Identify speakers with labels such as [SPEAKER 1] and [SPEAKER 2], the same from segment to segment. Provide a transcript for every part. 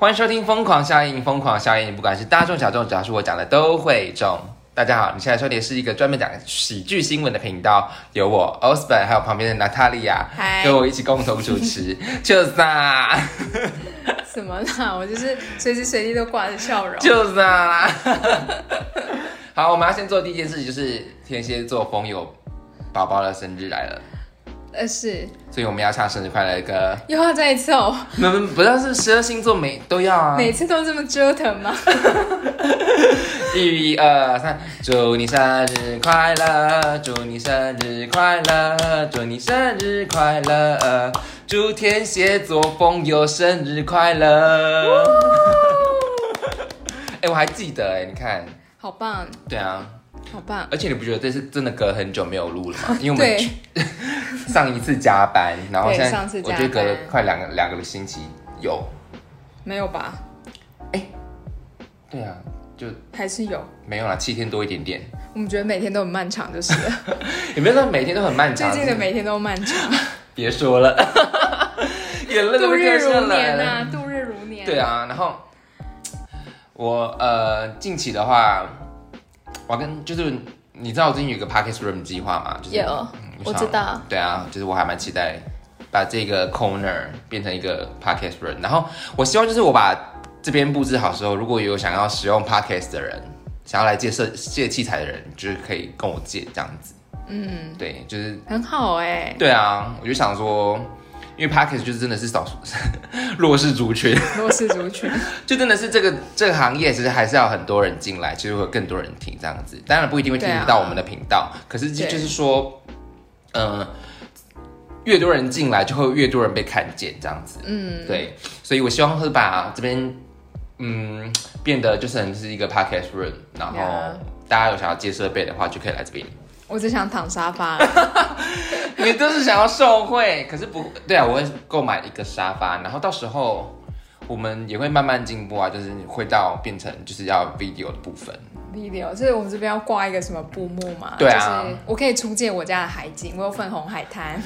[SPEAKER 1] 欢迎收听《疯狂效应》，疯狂效应，不管是大众小众，只要是我讲的都会中。大家好，你现在收听的是一个专门讲喜剧新闻的频道，有我 Osborne，还有旁边的 Natalia，
[SPEAKER 2] 嗨
[SPEAKER 1] 跟我一起共同主持。就是啊，
[SPEAKER 2] 什么啦？我就是随时随地都挂着笑容。
[SPEAKER 1] 就是啊。 好，我们要先做第一件事，就是天蝎座风友宝宝的生日来了，
[SPEAKER 2] 呃，是
[SPEAKER 1] 所以我们要唱生日快乐歌。
[SPEAKER 2] 又要再一次哦，
[SPEAKER 1] 那不要是十二星座每都要啊，
[SPEAKER 2] 每次都这么折腾吗？
[SPEAKER 1] 一二三，祝你生日快乐，祝你生日快乐，祝你生日快乐，祝天蝎座风友生日快乐。哎、我还记得哎、你看，
[SPEAKER 2] 好棒，
[SPEAKER 1] 对啊，
[SPEAKER 2] 好棒！
[SPEAKER 1] 而且你不觉得这次真的隔很久没有录了吗？因为我们
[SPEAKER 2] 对，
[SPEAKER 1] 上一次加班，然后
[SPEAKER 2] 对
[SPEAKER 1] 现在
[SPEAKER 2] 上次
[SPEAKER 1] 我
[SPEAKER 2] 加
[SPEAKER 1] 觉
[SPEAKER 2] 班
[SPEAKER 1] 得隔了快两个两个星期有，
[SPEAKER 2] 没有吧？
[SPEAKER 1] 对啊，就
[SPEAKER 2] 还是有。
[SPEAKER 1] 没有啦，七天多一点点，
[SPEAKER 2] 我们觉得每天都很漫长，就是 了
[SPEAKER 1] 也没有说每天都很漫
[SPEAKER 2] 最
[SPEAKER 1] 长，
[SPEAKER 2] 近的每天都漫长，
[SPEAKER 1] 别说了，眼泪都掉
[SPEAKER 2] 度日
[SPEAKER 1] 下
[SPEAKER 2] 如
[SPEAKER 1] 来
[SPEAKER 2] 年
[SPEAKER 1] 了。
[SPEAKER 2] 啊，度日如年。
[SPEAKER 1] 对，啊，然后我呃近期的话，我要跟就是你知道我最近有一个 Pocket Room 计划嘛，就是
[SPEAKER 2] 有
[SPEAKER 1] 嗯
[SPEAKER 2] 我
[SPEAKER 1] 想
[SPEAKER 2] 知道。
[SPEAKER 1] 对啊，就是我还蛮期待把这个 corner 变成一个 Pocket Room，然后我希望就是我把这边布置好之后，如果有想要使用 Pocket 的人，想要来借设借器材的人，就是可以跟我借这样子。
[SPEAKER 2] 嗯，
[SPEAKER 1] 对，就是
[SPEAKER 2] 很好哎。
[SPEAKER 1] 对啊，我就想说，因为 Pockets 就是真的是少 数弱势族群，
[SPEAKER 2] 弱势族群，
[SPEAKER 1] 就真的是这个这个行业，其实还是要很多人进来，其实会有更多人听这样子。当然不一定会听
[SPEAKER 2] 对啊
[SPEAKER 1] 得到我们的频道，可是就
[SPEAKER 2] 对
[SPEAKER 1] 就是说，嗯、越多人进来，就会越多人被看见这样子。
[SPEAKER 2] 嗯，
[SPEAKER 1] 对，所以我希望是把这边嗯变得就是很是一个 Podcast room，然后
[SPEAKER 2] Yeah
[SPEAKER 1] 大家有想要借设备的话，就可以来这边
[SPEAKER 2] 我只想躺沙发。
[SPEAKER 1] 你都是想要受贿，可是不对啊，我会购买一个沙发，然后到时候我们也会慢慢进步啊，就是会到变成就是要 video 的部分。
[SPEAKER 2] video，就是我们这边要挂一个什么布幕嘛？
[SPEAKER 1] 对啊
[SPEAKER 2] 就是我可以出借我家的海景，我有粉红海滩。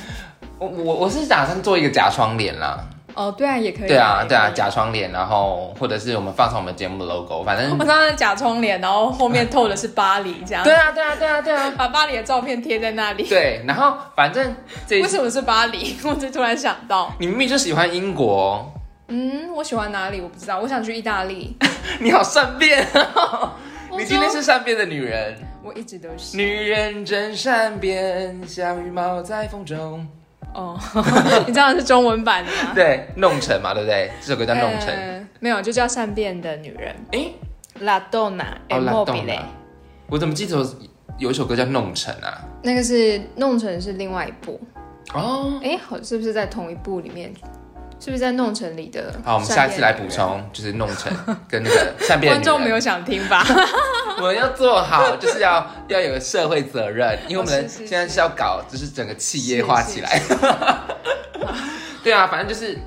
[SPEAKER 1] 我我我是打算做一个假窗帘啦，
[SPEAKER 2] 哦，对啊，也可以。
[SPEAKER 1] 对啊
[SPEAKER 2] 也可以
[SPEAKER 1] 对啊，假窗帘，然后或者是我们放上我们节目的 logo，反
[SPEAKER 2] 我
[SPEAKER 1] 正
[SPEAKER 2] 们上面假窗帘，然后后面透的是巴黎，这样。
[SPEAKER 1] 对，啊对啊对啊对啊
[SPEAKER 2] 把巴黎的照片贴在那里。
[SPEAKER 1] 对，然后反正这一
[SPEAKER 2] 为什么是巴黎？ 我就突然想到，
[SPEAKER 1] 你明明就喜欢英国，
[SPEAKER 2] 嗯，我喜欢哪里我不知道，我想去意大利。
[SPEAKER 1] 你好善变，啊
[SPEAKER 2] 我
[SPEAKER 1] 你
[SPEAKER 2] 说
[SPEAKER 1] 今天是善变的女人。
[SPEAKER 2] 我一直都是
[SPEAKER 1] 女人真善变，像羽毛在风中。
[SPEAKER 2] 哦， 你知道是中文版的吗？
[SPEAKER 1] 对，弄臣嘛，对不对？这首歌叫弄臣。哎、
[SPEAKER 2] 呃没有，就叫善变的女人。La Donna
[SPEAKER 1] 哦
[SPEAKER 2] e m o b
[SPEAKER 1] 懂
[SPEAKER 2] i l
[SPEAKER 1] 了。我怎么记得有有一首歌叫弄臣啊？
[SPEAKER 2] 那个是弄成是另外一部。
[SPEAKER 1] 哦，
[SPEAKER 2] 哎，好，是不是在同一部里面？是不是在弄成里的？
[SPEAKER 1] 好，我们下一次来补。充，就是弄臣跟那 个善变的
[SPEAKER 2] 观
[SPEAKER 1] 女
[SPEAKER 2] 众没有
[SPEAKER 1] 人。
[SPEAKER 2] 想听吧？
[SPEAKER 1] 我们要做 好，就是要要有社会责任，因为我
[SPEAKER 2] 哦
[SPEAKER 1] 们
[SPEAKER 2] 是是
[SPEAKER 1] 现在是要搞，就是整个企业化起来。 对啊，反正就是。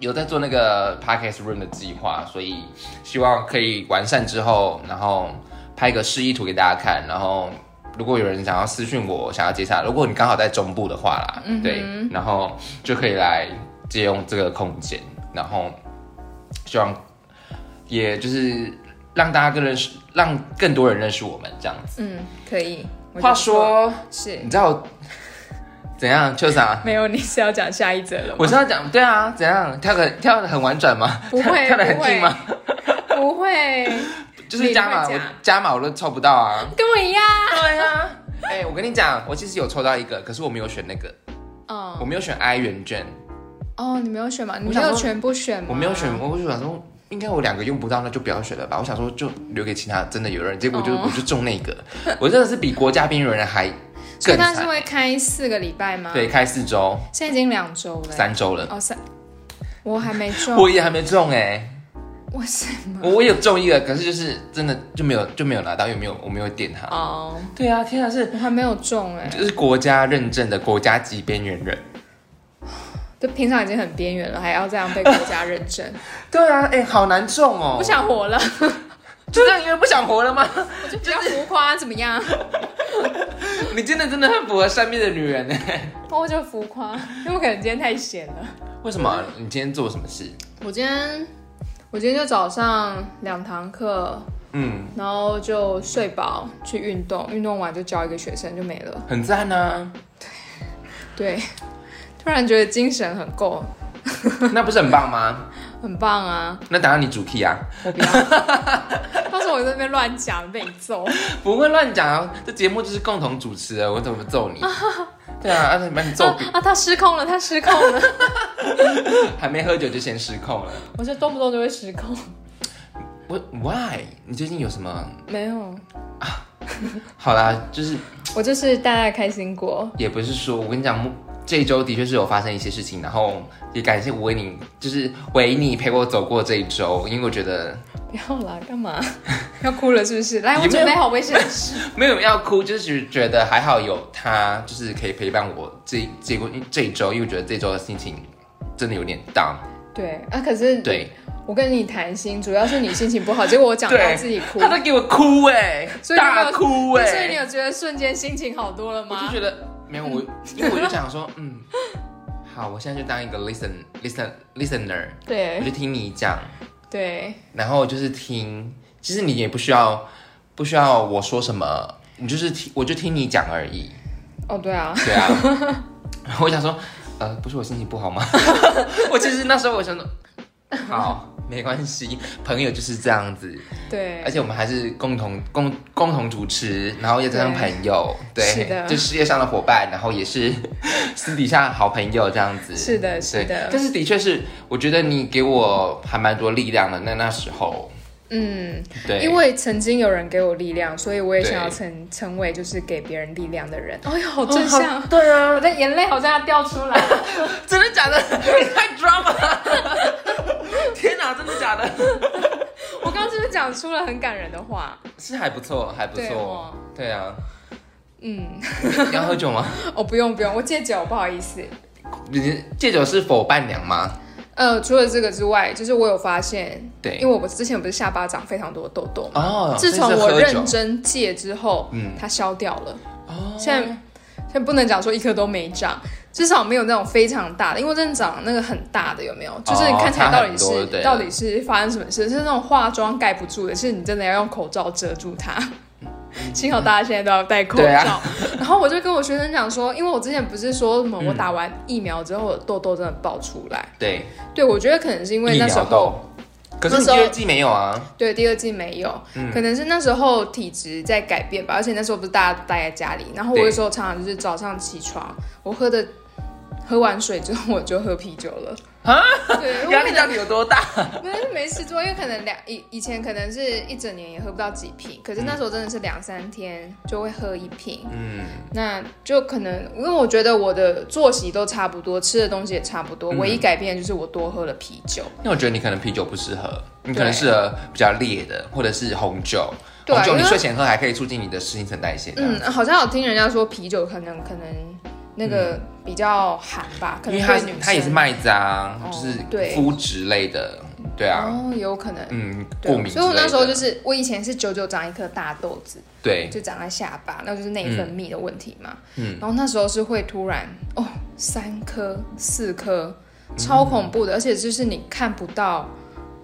[SPEAKER 1] 有在做那个 podcast room 的计划，所以希望可以完善之后，然后拍个示意图给大家看。然后如果有人想要私讯我，想要接洽，如果你刚好在中部的话啦，
[SPEAKER 2] 嗯
[SPEAKER 1] 对，然后就可以来借用这个空间，然后希望也就是让大家更认识，让更多人认识我们这样子。
[SPEAKER 2] 嗯，可以。我就
[SPEAKER 1] 话说，
[SPEAKER 2] 是
[SPEAKER 1] 你知道我怎样，秋长？
[SPEAKER 2] 没有，你是要讲下一则了吗？
[SPEAKER 1] 我是要讲，对啊，怎样跳个跳的很婉转吗？
[SPEAKER 2] 不 会，
[SPEAKER 1] 跳的很
[SPEAKER 2] 不
[SPEAKER 1] 近
[SPEAKER 2] 会
[SPEAKER 1] 吗？，
[SPEAKER 2] 不会，
[SPEAKER 1] 就是加码，
[SPEAKER 2] 你会
[SPEAKER 1] 我
[SPEAKER 2] 讲
[SPEAKER 1] 加码我都抽不到啊。
[SPEAKER 2] 跟我一样。
[SPEAKER 1] 对啊，哎、我跟你讲，我其实有抽到一个，可是我没有选那个，我
[SPEAKER 2] 嗯，
[SPEAKER 1] 没有选 I 元券，
[SPEAKER 2] 哦，你没有选吗？你
[SPEAKER 1] 我
[SPEAKER 2] 没
[SPEAKER 1] 想说
[SPEAKER 2] 有全部选吗？
[SPEAKER 1] 我没有选，。我就想说，应该我两个用不到，那就不要选了吧。我想说，就留给其他真的有人，结果就、
[SPEAKER 2] 哦
[SPEAKER 1] 我就中那个，我真的是比国家边缘人还
[SPEAKER 2] 所
[SPEAKER 1] 更
[SPEAKER 2] 以他是
[SPEAKER 1] 惨。
[SPEAKER 2] 会开四个礼拜吗？
[SPEAKER 1] 对，，开四周、
[SPEAKER 2] 现在已经两周了。
[SPEAKER 1] 三周了，
[SPEAKER 2] 哦三，我还没中。
[SPEAKER 1] 我也还没中哎、
[SPEAKER 2] 我什么？
[SPEAKER 1] 我我有中一个，可是就是真的就没有就没有拿到，又没有我没有点它。
[SPEAKER 2] 哦，
[SPEAKER 1] 对啊，天啊，是
[SPEAKER 2] 我还没有中哎，
[SPEAKER 1] 就是国家认证的国家级边缘人。
[SPEAKER 2] 就平常已经很边缘了，还要这样被国家认 证，
[SPEAKER 1] 对啊，哎、好难中哦
[SPEAKER 2] 不。想 活了。
[SPEAKER 1] 就这样，因为不想活了吗？
[SPEAKER 2] 我就比较浮夸，怎么 样？
[SPEAKER 1] 你真的真的很符合善变的女人呢。欸
[SPEAKER 2] 哦我就浮夸，因为我可能今天太闲了。
[SPEAKER 1] 为什么？你今天做了什么事？
[SPEAKER 2] 我今天，我我今天就早上两堂课，
[SPEAKER 1] 嗯，
[SPEAKER 2] 然后就睡饱去运动，运动完就教一个学生就没了。
[SPEAKER 1] 很赞 啊，
[SPEAKER 2] 对， 突然觉得精神很够，
[SPEAKER 1] 那不是很棒吗？
[SPEAKER 2] 很棒啊！
[SPEAKER 1] 那打到你主 key 啊，
[SPEAKER 2] 我不要， 到时候我在那边乱讲被你 揍。
[SPEAKER 1] 不会乱讲啊，这节目就是共同主持人，我怎么揍你？对啊，而且把你揍
[SPEAKER 2] 啊
[SPEAKER 1] 扁，
[SPEAKER 2] 啊！他失控了，他失控了，
[SPEAKER 1] 还没喝酒就先失控了。
[SPEAKER 2] 我是动不动就会失控。
[SPEAKER 1] 我 why？你最近有什么？
[SPEAKER 2] 没有，
[SPEAKER 1] 好啦，就是
[SPEAKER 2] 我就是大家开心果。
[SPEAKER 1] 也不是说，我跟你讲，目这一周的确是有发生一些事情，然后也感谢维尼，就是维尼陪我走过这一周，因为我觉得
[SPEAKER 2] 不要啦，干嘛？ 要哭了是不是？来，
[SPEAKER 1] 有
[SPEAKER 2] 我
[SPEAKER 1] 没有
[SPEAKER 2] 准备好危险的 事。
[SPEAKER 1] 没有要哭，就是觉得还好有他，就是可以陪伴我这这过这一周，因为我觉得这周的心情真的有点 down。
[SPEAKER 2] 对啊，可是
[SPEAKER 1] 对，
[SPEAKER 2] 我跟你谈心，主要是你心情不好，结果我讲到
[SPEAKER 1] 对
[SPEAKER 2] 自己哭
[SPEAKER 1] 他。在给我哭哎、
[SPEAKER 2] 所以你有
[SPEAKER 1] 大哭哎、
[SPEAKER 2] 所以你有觉得瞬间心情好多了
[SPEAKER 1] 我就
[SPEAKER 2] 吗？
[SPEAKER 1] 觉得没有我，因为我就想说，嗯，好，我现在就当一个 listen listen listener，我
[SPEAKER 2] 对
[SPEAKER 1] 就听你讲，
[SPEAKER 2] 对，
[SPEAKER 1] 然后就是听，其实你也不需要不需要我说什么，你就是听，我就听你讲而已。
[SPEAKER 2] 哦对啊，
[SPEAKER 1] 对啊，然后我想说，呃，不是我心情不好 吗？我其实那时候我想说，好，没关系，朋友就是这样子，
[SPEAKER 2] 对
[SPEAKER 1] 而，且我们还是共同共共同主持，然后也加上
[SPEAKER 2] 对
[SPEAKER 1] 朋友，对，
[SPEAKER 2] 是的
[SPEAKER 1] 就事业上的伙伴，然后也是 私底下好朋友这样子，
[SPEAKER 2] 是的，是
[SPEAKER 1] 对
[SPEAKER 2] 的
[SPEAKER 1] 但，是的确是，我觉得你给我还蛮多力量的，那那时候，
[SPEAKER 2] 嗯，
[SPEAKER 1] 对，
[SPEAKER 2] 因为曾经有人给我力量，所以我也
[SPEAKER 1] 对
[SPEAKER 2] 想要成成为就是给别人力量的人。哎呦，好
[SPEAKER 1] 哦
[SPEAKER 2] 正向，
[SPEAKER 1] 好对啊，
[SPEAKER 2] 我的眼泪好像要掉出来。
[SPEAKER 1] 真的假的？你太 drama 了。天哪，真的假的？
[SPEAKER 2] 我刚刚是不是讲出了很感人的话？
[SPEAKER 1] 是还不错，还不
[SPEAKER 2] 对
[SPEAKER 1] 错
[SPEAKER 2] 哦。
[SPEAKER 1] 对啊，
[SPEAKER 2] 嗯，
[SPEAKER 1] 你 要喝酒吗？
[SPEAKER 2] 哦，不用不用，我戒酒，不好意思。
[SPEAKER 1] 你戒酒是否伴娘吗？
[SPEAKER 2] 呃，除了这个之外，就是我有发现，
[SPEAKER 1] 对
[SPEAKER 2] 因为我之前不是下巴长非常多的痘痘嘛，
[SPEAKER 1] 哦，
[SPEAKER 2] 自从
[SPEAKER 1] 所以是
[SPEAKER 2] 我
[SPEAKER 1] 喝酒
[SPEAKER 2] 认真戒之后，
[SPEAKER 1] 嗯
[SPEAKER 2] 它消掉了。
[SPEAKER 1] 哦，
[SPEAKER 2] 现在现在不能讲说一颗都没长，至少没有那种非常大的，因为真的长那个很大的有没有？就是你看起来到底
[SPEAKER 1] 差
[SPEAKER 2] 是
[SPEAKER 1] 哦很多对
[SPEAKER 2] 到底是发生什么事，是那种化妆盖不住的，是你真的要用口罩遮住它。 幸好大家现在都要戴口罩，
[SPEAKER 1] 嗯对啊
[SPEAKER 2] 然后我就跟我学生讲说，因为我之前不是说什么
[SPEAKER 1] 嗯
[SPEAKER 2] 我打完疫苗之后我的痘痘真的爆出来，
[SPEAKER 1] 对，
[SPEAKER 2] 对我觉得可能是因为
[SPEAKER 1] 疫
[SPEAKER 2] 那时
[SPEAKER 1] 苗
[SPEAKER 2] 候
[SPEAKER 1] 豆。可是你
[SPEAKER 2] 那时
[SPEAKER 1] 第
[SPEAKER 2] 候
[SPEAKER 1] 二季没有啊？
[SPEAKER 2] 对，第二季没有，
[SPEAKER 1] 嗯
[SPEAKER 2] 可能是那时候体质在改变吧，而且那时候不是大家都待在家里，然后我
[SPEAKER 1] 对
[SPEAKER 2] 有时候常常就是早上起床，我喝的喝完水之后我就喝啤酒了。啊，对，我
[SPEAKER 1] 压
[SPEAKER 2] 可
[SPEAKER 1] 力到
[SPEAKER 2] 能
[SPEAKER 1] 底有多大？
[SPEAKER 2] 没没事做，因为可能两以以前可能是一整年也喝不到几瓶，可是那时候真的是两三天就会喝一瓶，
[SPEAKER 1] 嗯，
[SPEAKER 2] 那就可能因为我觉得我的作息都差不多，吃的东西也差不多，
[SPEAKER 1] 嗯
[SPEAKER 2] 唯一改变的就是我多喝了啤酒。
[SPEAKER 1] 因为我觉得你可能啤酒不适合，你可
[SPEAKER 2] 对
[SPEAKER 1] 能适合比较烈的，或者是红酒。
[SPEAKER 2] 对啊
[SPEAKER 1] 红酒
[SPEAKER 2] 因为
[SPEAKER 1] 你睡前喝还可以促进你的新陈代谢。
[SPEAKER 2] 嗯
[SPEAKER 1] 嗯，，
[SPEAKER 2] 好像有听人家说啤酒可能可能那个比较寒吧，
[SPEAKER 1] 嗯
[SPEAKER 2] 可
[SPEAKER 1] 因为
[SPEAKER 2] 能
[SPEAKER 1] 它
[SPEAKER 2] 对
[SPEAKER 1] 是
[SPEAKER 2] 女生
[SPEAKER 1] 它也是麦子啊，
[SPEAKER 2] 哦
[SPEAKER 1] 就是
[SPEAKER 2] 对
[SPEAKER 1] 麸质类的，对啊，
[SPEAKER 2] 哦，有可能。
[SPEAKER 1] 嗯，
[SPEAKER 2] 对啊
[SPEAKER 1] 过敏之类的。
[SPEAKER 2] 所以我那时候就是，我以前是久久长一颗大痘子，
[SPEAKER 1] 对，
[SPEAKER 2] 就长在下巴，那就是内分泌的问题嘛。
[SPEAKER 1] 哎嗯，
[SPEAKER 2] 然后那时候是会突然哦，三颗、四颗，
[SPEAKER 1] 嗯
[SPEAKER 2] 超恐怖的，而且就是你看不到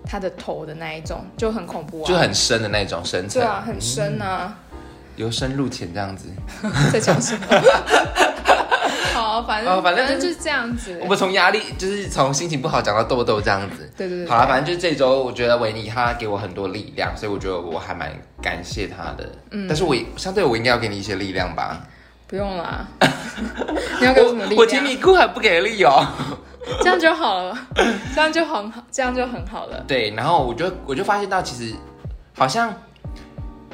[SPEAKER 2] 它的头的那一种，就很恐怖啊。
[SPEAKER 1] 就很深的那种深层，
[SPEAKER 2] 对啊，很深啊。
[SPEAKER 1] 由深入浅这样子。
[SPEAKER 2] 在 讲什么？好，反正、
[SPEAKER 1] 嗯哦反正就是
[SPEAKER 2] 就是这样子。
[SPEAKER 1] 我们从压力，就是从心情不好讲到痘痘这样子。
[SPEAKER 2] 对对对，
[SPEAKER 1] 好了，反正就是这周，我觉得维尼他给我很多力量，所以我觉得我还蛮感谢他的。嗯，但是我也相对我应该要给你一些力量吧。
[SPEAKER 2] 不用啦， 你要给我什么力
[SPEAKER 1] 我请
[SPEAKER 2] 量？
[SPEAKER 1] 你哭还不给力哦。
[SPEAKER 2] 这样就好了，这样就很好，这样就很好了。
[SPEAKER 1] 对，然后我就我就发现到，其实好像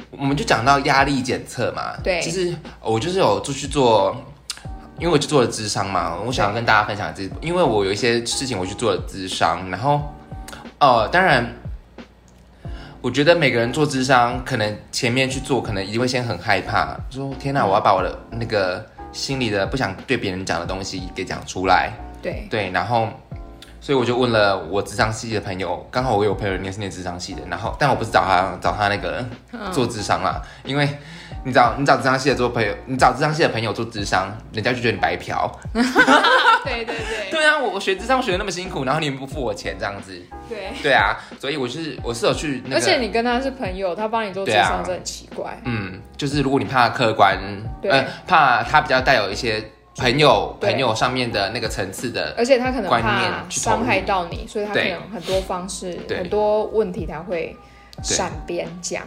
[SPEAKER 1] 我们就讲到压力检测嘛，
[SPEAKER 2] 对
[SPEAKER 1] 其实我就是有出去做，因为我去做了智商嘛，我想要跟大家分享这，因为我有一些事情我去做了智商，然后呃，当然。我觉得每个人做智商，可能前面去做，可能一定会先很害怕，说天哪，我要把我的那个心里的不想对别人讲的东西给讲出来。
[SPEAKER 2] 对，
[SPEAKER 1] 对，然后所以我就问了我职商系的朋友，刚好我有朋友也是念职商系的，然后但我不是找他找他那个
[SPEAKER 2] 嗯
[SPEAKER 1] 做职商啦，因为你找你找职商系的做朋友，你找职商系的朋友做职商，人家就觉得你白嫖。
[SPEAKER 2] 对对对
[SPEAKER 1] 对啊，我我学智商学的那么辛苦，然后你们不付我钱这样子，
[SPEAKER 2] 对。
[SPEAKER 1] 对啊，所以我就是我是有去那个，
[SPEAKER 2] 而且你跟他是朋友，他帮你做智
[SPEAKER 1] 对啊
[SPEAKER 2] 商，这很奇怪。
[SPEAKER 1] 嗯，就是如果你怕客观，
[SPEAKER 2] 对
[SPEAKER 1] 呃，怕他比较带有一些朋友
[SPEAKER 2] 对
[SPEAKER 1] 朋友上面的那个层次的，
[SPEAKER 2] 而且他可能
[SPEAKER 1] 观
[SPEAKER 2] 怕
[SPEAKER 1] 念去投入
[SPEAKER 2] 伤害到你，所以他可
[SPEAKER 1] 对
[SPEAKER 2] 能很多方式、
[SPEAKER 1] 对
[SPEAKER 2] 很多问题他会
[SPEAKER 1] 对
[SPEAKER 2] 闪边讲。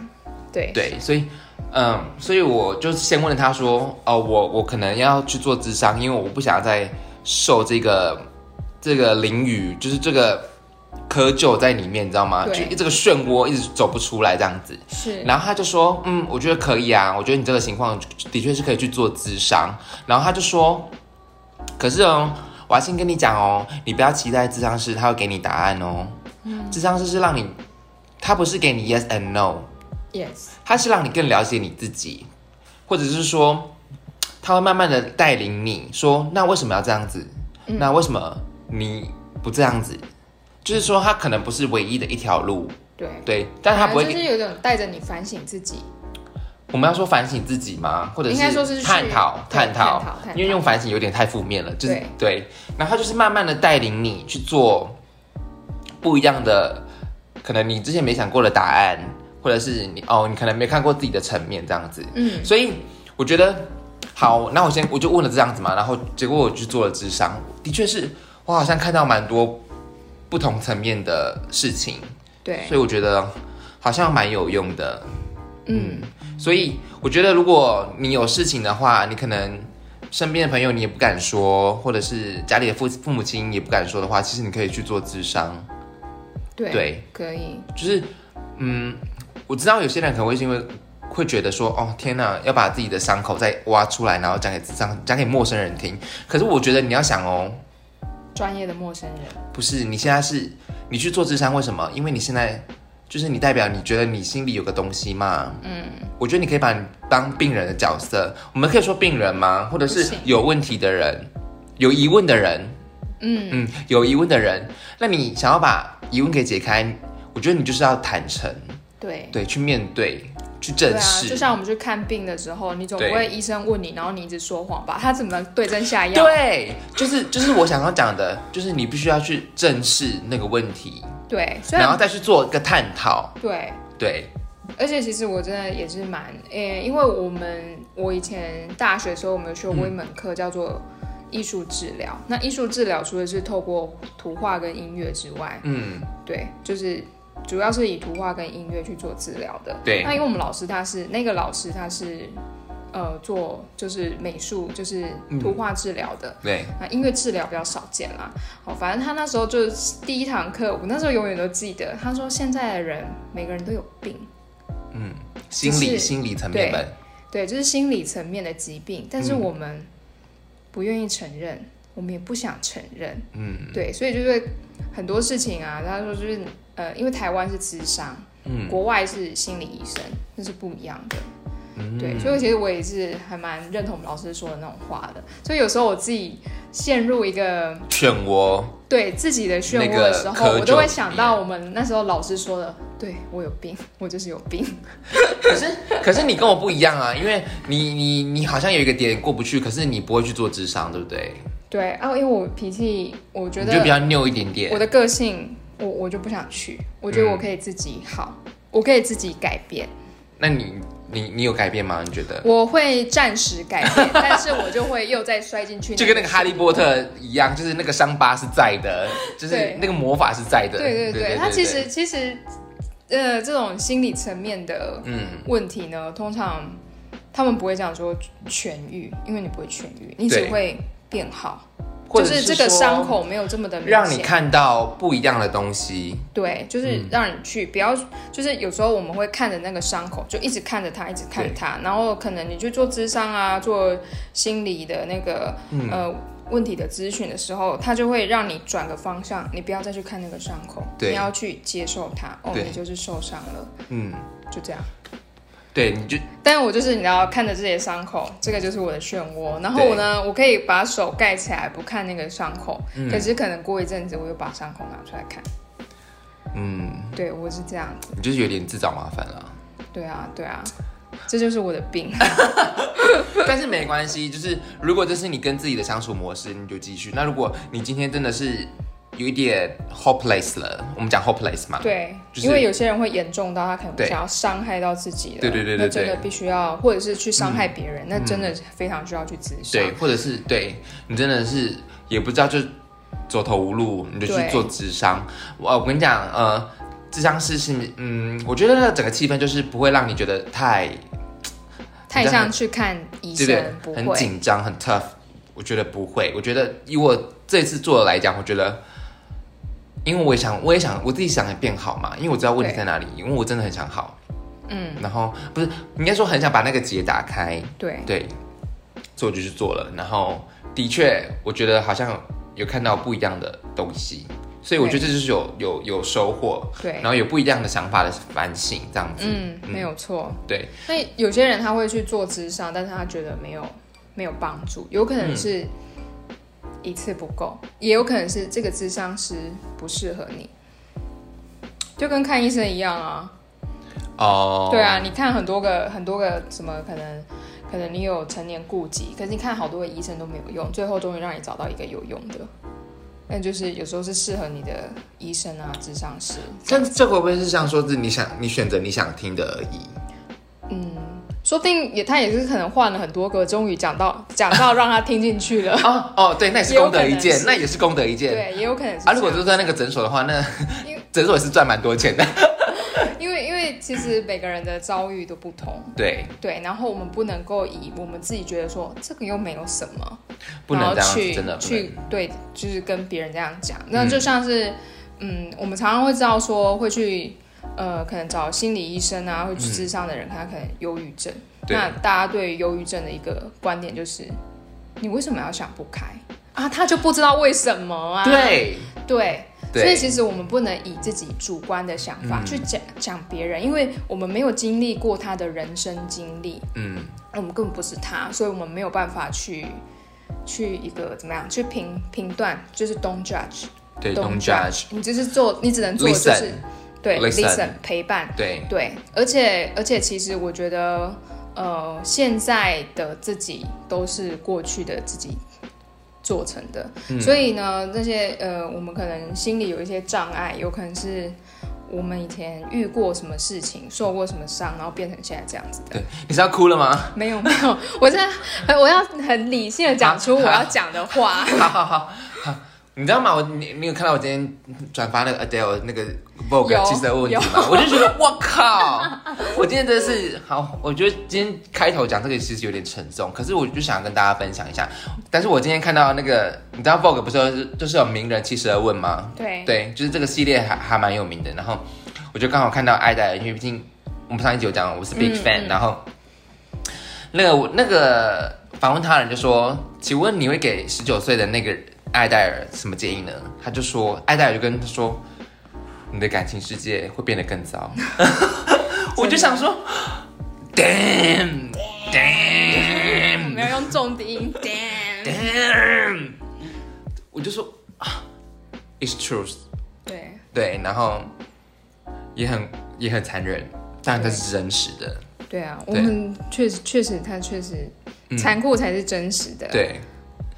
[SPEAKER 2] 对，
[SPEAKER 1] 对，所以。嗯，所以我就先问了他说，哦，我我可能要去做智商，因为我不想再受这个这个淋雨，就是这个窠臼在里面，你知道吗？
[SPEAKER 2] 对
[SPEAKER 1] 就这个漩涡一直走不出来这样子。
[SPEAKER 2] 是
[SPEAKER 1] 然后他就说，嗯，我觉得可以啊，我觉得你这个情况的确是可以去做咨商。然后他就说，可是哦，我要先跟你讲哦，你不要期待咨商师他会给你答案哦。咨商师是让你，他不是给你 yes and no，
[SPEAKER 2] yes，
[SPEAKER 1] 他是让你更了解你自己，或者是说，他会慢慢的带领你说，那为什么要这样子？
[SPEAKER 2] 嗯
[SPEAKER 1] 那为什么你不这样子？就是说，他可能不是唯一的一条路，
[SPEAKER 2] 对。
[SPEAKER 1] 对，但他不会给
[SPEAKER 2] 反正就是有种带着你反省自己，
[SPEAKER 1] 我们要说反省自己吗？或者
[SPEAKER 2] 应该说是去
[SPEAKER 1] 探讨
[SPEAKER 2] 对
[SPEAKER 1] 探讨
[SPEAKER 2] 探讨探，讨
[SPEAKER 1] 因为用反省有点太负面了，就是
[SPEAKER 2] 对
[SPEAKER 1] 对。然后他就是慢慢的带领你去做不一样的，可能你之前没想过的答案，或者是你哦，你可能没看过自己的层面这样子。
[SPEAKER 2] 嗯，
[SPEAKER 1] 所以我觉得好，那我先我就问了这样子嘛，然后结果我去做了智商，的确是我好像看到蛮多不同层面的事情，
[SPEAKER 2] 对，
[SPEAKER 1] 所以我觉得好像蛮有用的。
[SPEAKER 2] 嗯，
[SPEAKER 1] 所以我觉得，如果你有事情的话，你可能身边的朋友你也不敢说，或者是家里的父父母亲也不敢说的话，其实你可以去做智商。
[SPEAKER 2] 对，
[SPEAKER 1] 对
[SPEAKER 2] 可以，
[SPEAKER 1] 就是，嗯，我知道有些人可能会因为会觉得说，哦天哪，要把自己的伤口再挖出来，然后讲给智商讲给陌生人听。可是我觉得你要想哦，
[SPEAKER 2] 专业的陌生人，
[SPEAKER 1] 不是你现在是你去做智商，为什么？因为你现在就是你代表你觉得你心里有个东西嘛。
[SPEAKER 2] 嗯，
[SPEAKER 1] 我觉得你可以把你当病人的角色，我们可以说病人吗？或者
[SPEAKER 2] 不
[SPEAKER 1] 是
[SPEAKER 2] 行
[SPEAKER 1] 有问题的人，有疑问的人，
[SPEAKER 2] 嗯
[SPEAKER 1] 嗯，有疑问的人，那你想要把疑问给解开，我觉得你就是要坦诚，
[SPEAKER 2] 对。
[SPEAKER 1] 对，去面对，去
[SPEAKER 2] 对
[SPEAKER 1] 正
[SPEAKER 2] 啊，
[SPEAKER 1] 视
[SPEAKER 2] 就，像我们去看病的时候，你总不
[SPEAKER 1] 对
[SPEAKER 2] 会医生问你，然后你一直说谎吧？他怎么能对症下药？
[SPEAKER 1] 对，就是就是我想要讲的，就是你必须要去正视那个问题，
[SPEAKER 2] 对，虽
[SPEAKER 1] 然后
[SPEAKER 2] 然
[SPEAKER 1] 再去做一个探讨，
[SPEAKER 2] 对，
[SPEAKER 1] 对，
[SPEAKER 2] 而且其实我真的也是蛮，诶、因为我们呃我以前大学的时候，我们有修过一门课叫做艺术治疗。那艺术治疗除了是透过图画跟音乐之外，
[SPEAKER 1] 嗯，
[SPEAKER 2] 对，就是主要是以图画跟音乐去做治疗的。
[SPEAKER 1] 对
[SPEAKER 2] 那因为我们老师他是那个老师他是呃做就是美术就是
[SPEAKER 1] 嗯
[SPEAKER 2] 图画治疗的，
[SPEAKER 1] 对，
[SPEAKER 2] 啊，音乐治疗比较少见啦。好，反正他那时候就是第一堂课，我那时候永远都记得，他说现在的人每个人都有病，
[SPEAKER 1] 心
[SPEAKER 2] 就
[SPEAKER 1] 理
[SPEAKER 2] 是
[SPEAKER 1] 心理层面的，
[SPEAKER 2] 对，就是心理层面的疾病，但
[SPEAKER 1] 嗯
[SPEAKER 2] 是我们不愿意承认，我们也不想承认，
[SPEAKER 1] 嗯
[SPEAKER 2] 对，所以就是很多事情啊，他说就是呃，因为台湾是智商，
[SPEAKER 1] 嗯
[SPEAKER 2] 国外是心理医生，那是不一样的。
[SPEAKER 1] 嗯，
[SPEAKER 2] 对，所以其实我也是还蛮认同老师说的那种话的，所以有时候我自己陷入一个
[SPEAKER 1] 漩涡，
[SPEAKER 2] 对自己的漩
[SPEAKER 1] 那
[SPEAKER 2] 涡的
[SPEAKER 1] 个
[SPEAKER 2] 时候，
[SPEAKER 1] 窠臼
[SPEAKER 2] 我都
[SPEAKER 1] 里
[SPEAKER 2] 会
[SPEAKER 1] 面
[SPEAKER 2] 想到我们那时候老师说的，对我有病，我就是有病。
[SPEAKER 1] 可是，可是你跟我不一样啊，因为你你你好像有一个点过不去，可是你不会去做智商，对不对？
[SPEAKER 2] 对啊，因为我脾气，我觉
[SPEAKER 1] 你就比较
[SPEAKER 2] 得
[SPEAKER 1] 拗一点
[SPEAKER 2] 我
[SPEAKER 1] 点。
[SPEAKER 2] 的个性，我我就不想去，我觉得我可以自己好，
[SPEAKER 1] 嗯
[SPEAKER 2] 我可以自己改变，
[SPEAKER 1] 那你你你有改变吗？你觉得？
[SPEAKER 2] 我会暂时改变，但是我就会又再摔进 去，
[SPEAKER 1] 就跟那个哈利波。特一样，就是那个伤疤是在 的，就是
[SPEAKER 2] 对
[SPEAKER 1] 那个魔法是在的。
[SPEAKER 2] 对对对，他其实其实，呃，这种心理层面的
[SPEAKER 1] 嗯，
[SPEAKER 2] 问题呢，通常他们不会讲说痊愈，因为你不会痊愈，你只
[SPEAKER 1] 对
[SPEAKER 2] 会变好，
[SPEAKER 1] 或
[SPEAKER 2] 就
[SPEAKER 1] 者
[SPEAKER 2] 是这个伤口没有这么的明显。
[SPEAKER 1] 让你看嗯到不一样的东西。
[SPEAKER 2] 对，就是让你去，不要就是有时候我们会看着那个伤口，就一直看着它，一直看着它，然后可能你去做智商啊，做心理的那个、
[SPEAKER 1] 嗯
[SPEAKER 2] 呃问题的咨询的时候，它就会让你转个方向，你不要再去看那个伤口，
[SPEAKER 1] 对
[SPEAKER 2] 你要去接受它。哦，
[SPEAKER 1] 对
[SPEAKER 2] 你就是受伤了，
[SPEAKER 1] 嗯，
[SPEAKER 2] 就这样。
[SPEAKER 1] 对，你就
[SPEAKER 2] 但我就是你知道看着这些伤口，这个就是我的漩涡。然后我呢，我可以把手盖起来不看那个伤口，可是可能过一阵子我又把伤口拿出来看。
[SPEAKER 1] 嗯，
[SPEAKER 2] 对我是这样子，
[SPEAKER 1] 你就是有点自找麻烦了。
[SPEAKER 2] 对啊，对啊，这就是我的病。
[SPEAKER 1] 啊但是没关系，就是如果这是你跟自己的相处模式，你就继续。那如果你今天真的是有一点 hopeless 了，我们讲 hopeless 嘛，
[SPEAKER 2] 对，
[SPEAKER 1] 就是
[SPEAKER 2] 因为有些人会严重到他可能
[SPEAKER 1] 对
[SPEAKER 2] 想要伤害到自己了，
[SPEAKER 1] 对对对对
[SPEAKER 2] 那真的
[SPEAKER 1] 对嗯
[SPEAKER 2] 必须要，或者是去伤害别人，那真的非常需要去自杀。
[SPEAKER 1] 对，或者是对你真的是也不知道就走投无路，你就去
[SPEAKER 2] 对
[SPEAKER 1] 做智商。我我跟你讲，呃，智商是是嗯，我觉得那整个气氛就是不会让你觉得太
[SPEAKER 2] 太像去看医
[SPEAKER 1] 对
[SPEAKER 2] 生
[SPEAKER 1] 不对，
[SPEAKER 2] 不
[SPEAKER 1] 很
[SPEAKER 2] 会，
[SPEAKER 1] 紧张很 tough。我觉得不会，我觉得以我这次做的来讲，我觉得。因为我也想，我也想，我自己想也变好嘛。因为我知道问题
[SPEAKER 2] 对
[SPEAKER 1] 在哪里，因为我真的很想好。
[SPEAKER 2] 嗯，
[SPEAKER 1] 然后不是应该说很想把那个结打开，
[SPEAKER 2] 对，
[SPEAKER 1] 对，所以我就去做了。然后的确，我觉得好像有看到不一样的东西，所以我觉得这就是有有有收获，
[SPEAKER 2] 对
[SPEAKER 1] 然，后有不一样的想法的反省，这样子。
[SPEAKER 2] 嗯，没有错。
[SPEAKER 1] 对，
[SPEAKER 2] 那有些人他会去做智商，但是他觉得没有没有帮助，有可
[SPEAKER 1] 嗯
[SPEAKER 2] 能是一次不够，也有可能是这个智商师不适合你，就跟看医生一样啊。
[SPEAKER 1] 哦、
[SPEAKER 2] 对啊，你看很多个很多个什么可能。可能你有成年顾忌，可是你看好多个医生都没有用，最后终于让你找到一个有用的，那就是有时候是适合你的医生啊、智商师。
[SPEAKER 1] 但这会不会是像说是你想你选择你想听的而已？
[SPEAKER 2] 说不定也他也是可能换了很多个，终于讲到讲到让他听进 去了。
[SPEAKER 1] 哦哦，对，那也是
[SPEAKER 2] 也有
[SPEAKER 1] 功德一
[SPEAKER 2] 可能
[SPEAKER 1] 件，
[SPEAKER 2] 是
[SPEAKER 1] 那也是功德一件。
[SPEAKER 2] 对，也有可能是这
[SPEAKER 1] 啊，
[SPEAKER 2] 样。
[SPEAKER 1] 如果就在那个诊所的话，那
[SPEAKER 2] 因为
[SPEAKER 1] 诊所也是赚蛮多钱的。
[SPEAKER 2] 因为因为其实每个人的遭遇都不同，
[SPEAKER 1] 对，
[SPEAKER 2] 对，然后我们不能够以我们自己觉得说这个又没有什么，
[SPEAKER 1] 不能
[SPEAKER 2] 然后
[SPEAKER 1] 这样
[SPEAKER 2] 去
[SPEAKER 1] 子，真的不能
[SPEAKER 2] 去。对，就是跟别人这样讲。那就像是，嗯我们常常会知道说会去，呃，可能找心理医生啊，会去智商的人，他可能忧郁症。
[SPEAKER 1] 嗯对
[SPEAKER 2] 那大家对于忧郁症的一个观点就是，你为什么要想不开啊？他就不知道为什么啊？
[SPEAKER 1] 对
[SPEAKER 2] 对。
[SPEAKER 1] 对嗯
[SPEAKER 2] 所以其实我们不能以自己主观的想法去讲讲别人，因为我们没有经历过他的人生经历，
[SPEAKER 1] 嗯，
[SPEAKER 2] 我们根本不是他，所以我们没有办法去去一个怎么样去评评断，就是 don't judge，
[SPEAKER 1] 对
[SPEAKER 2] Don't
[SPEAKER 1] ，Don't judge，
[SPEAKER 2] 你就是做，你只能做的就
[SPEAKER 1] Listen
[SPEAKER 2] 是对
[SPEAKER 1] Listen
[SPEAKER 2] 陪伴，
[SPEAKER 1] 对，
[SPEAKER 2] 对，而且而且其实我觉得，呃，现在的自己都是过去的自己做成的，
[SPEAKER 1] 嗯
[SPEAKER 2] 所以呢，那些呃，我们可能心里有一些障碍，有可能是。我们以前遇过什么事情，受过什么伤，然后变成现在这样子的。
[SPEAKER 1] 对，你是要哭了吗？
[SPEAKER 2] 没有 没有，我现在很我要很理性的讲出我要讲的话。
[SPEAKER 1] 好好好，好，你知道吗？我你你有看到我今天转发那个 Adele 那个 Vogue
[SPEAKER 2] 有
[SPEAKER 1] 七十二问题吗？
[SPEAKER 2] 有
[SPEAKER 1] 我就觉得我靠，我今天真的是好，我觉得今天开头讲这个其实有点沉重，可是我就想跟大家分享一下。但是我今天看到那个，你知道 Vogue 不是有就是有名人七十二问吗？
[SPEAKER 2] 对
[SPEAKER 1] 对，就是这个系列还还蛮有名的。然后我就刚好看到艾黛尔，因为毕竟我们上一集有讲我是 big
[SPEAKER 2] 嗯
[SPEAKER 1] fan，、然后那个我那个访问他人就说：“请问你会给十九岁的那个艾黛尔什么建议呢？”他就说，艾黛尔就跟他说：“你的感情世界会变得更糟。” 我就想说，damn damn。
[SPEAKER 2] 我们要用重低 音，damn。
[SPEAKER 1] Damn！我就说啊，It's truth。
[SPEAKER 2] 对
[SPEAKER 1] 对，然后也很也很残忍，但它是真实的。
[SPEAKER 2] 对啊，我们确实确实，它确实残酷才是真实的。，
[SPEAKER 1] 嗯对，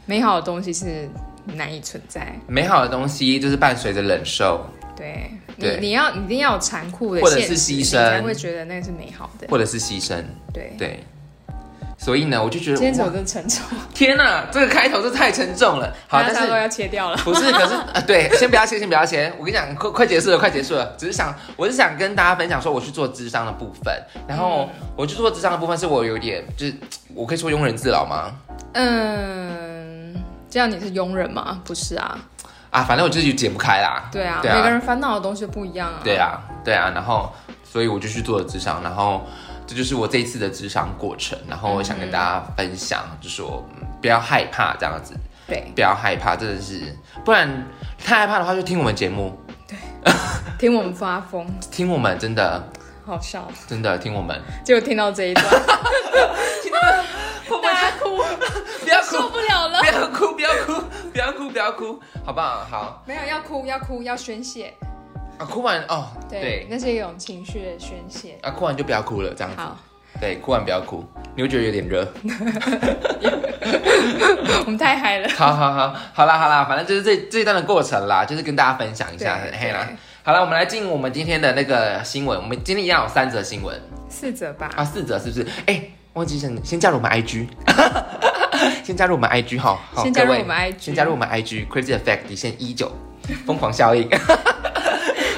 [SPEAKER 2] 美好的东西是难以存在。
[SPEAKER 1] 美好的东西就是伴随着忍受，
[SPEAKER 2] 对，你
[SPEAKER 1] 对
[SPEAKER 2] 你要你一定要有残酷的
[SPEAKER 1] 或者是
[SPEAKER 2] 现实
[SPEAKER 1] 牺
[SPEAKER 2] 你
[SPEAKER 1] 牲
[SPEAKER 2] 才会觉得那是美好的。
[SPEAKER 1] 或者是牺牲。
[SPEAKER 2] 对，
[SPEAKER 1] 对，所以呢，我就觉
[SPEAKER 2] 今天
[SPEAKER 1] 得
[SPEAKER 2] 走
[SPEAKER 1] 哇，
[SPEAKER 2] 的沉重，
[SPEAKER 1] 天哪、这个开头这太沉重了。 好，
[SPEAKER 2] 大
[SPEAKER 1] 但
[SPEAKER 2] 家差不多
[SPEAKER 1] 是。
[SPEAKER 2] 要切掉了。
[SPEAKER 1] 不是，可是啊， 对，先不要切，先不要切。我跟你讲，快快结束了，快结束了。只是想，我是想跟大家分享说，我去做智商的部分。然
[SPEAKER 2] 嗯
[SPEAKER 1] 后我去做智商的部分，是我有点，就是我可以说庸人自扰吗？
[SPEAKER 2] 嗯，这样你是庸人吗？不是啊，
[SPEAKER 1] 啊，反正我就是解不开啦。
[SPEAKER 2] 对啊，
[SPEAKER 1] 对
[SPEAKER 2] 每个
[SPEAKER 1] 啊，
[SPEAKER 2] 人烦恼的东西不一样啊。
[SPEAKER 1] 对啊，对啊。然后，所以我就去做了智商，然后这就是我这一次的智商过程。然后我想跟大家
[SPEAKER 2] 嗯
[SPEAKER 1] 分享，就说、嗯、不要害怕这样子，
[SPEAKER 2] 对。
[SPEAKER 1] 不要害怕，真的是，不然太害怕的话就听我们节目，
[SPEAKER 2] 听我们发疯，
[SPEAKER 1] 听我们真的，
[SPEAKER 2] 好笑，
[SPEAKER 1] 真的听我 们，
[SPEAKER 2] 结果听到这一段， 大家哭，
[SPEAKER 1] 不要
[SPEAKER 2] 受
[SPEAKER 1] 哭，
[SPEAKER 2] 不了了
[SPEAKER 1] 啊不。要哭，不要哭，不要哭，不要哭，好不好？好
[SPEAKER 2] 没有要哭，要哭，要宣泄。
[SPEAKER 1] 啊，哭完哦，
[SPEAKER 2] 对，
[SPEAKER 1] 对
[SPEAKER 2] 那是一种情绪的宣泄。
[SPEAKER 1] 啊，哭完就不要哭了，这样子，
[SPEAKER 2] 好，
[SPEAKER 1] 对，哭完不要哭，你会觉得有点热。
[SPEAKER 2] 我们太嗨了。
[SPEAKER 1] 好好好，好啦好啦，反正就是这这一段的过程啦，就是跟大家分享一下
[SPEAKER 2] 对，对
[SPEAKER 1] 嘿啦。好了，我们来进我们今天的那个新闻。我们今天一样有三则新闻
[SPEAKER 2] 四则吧。
[SPEAKER 1] 啊，四则是不是？哎、忘记先先加入我们 IG，先加入我们 IG 哈，好，
[SPEAKER 2] 先加入
[SPEAKER 1] 各位
[SPEAKER 2] 我们 IG
[SPEAKER 1] 先加入我们 IG Crazy Effect 底线一九，疯狂效应。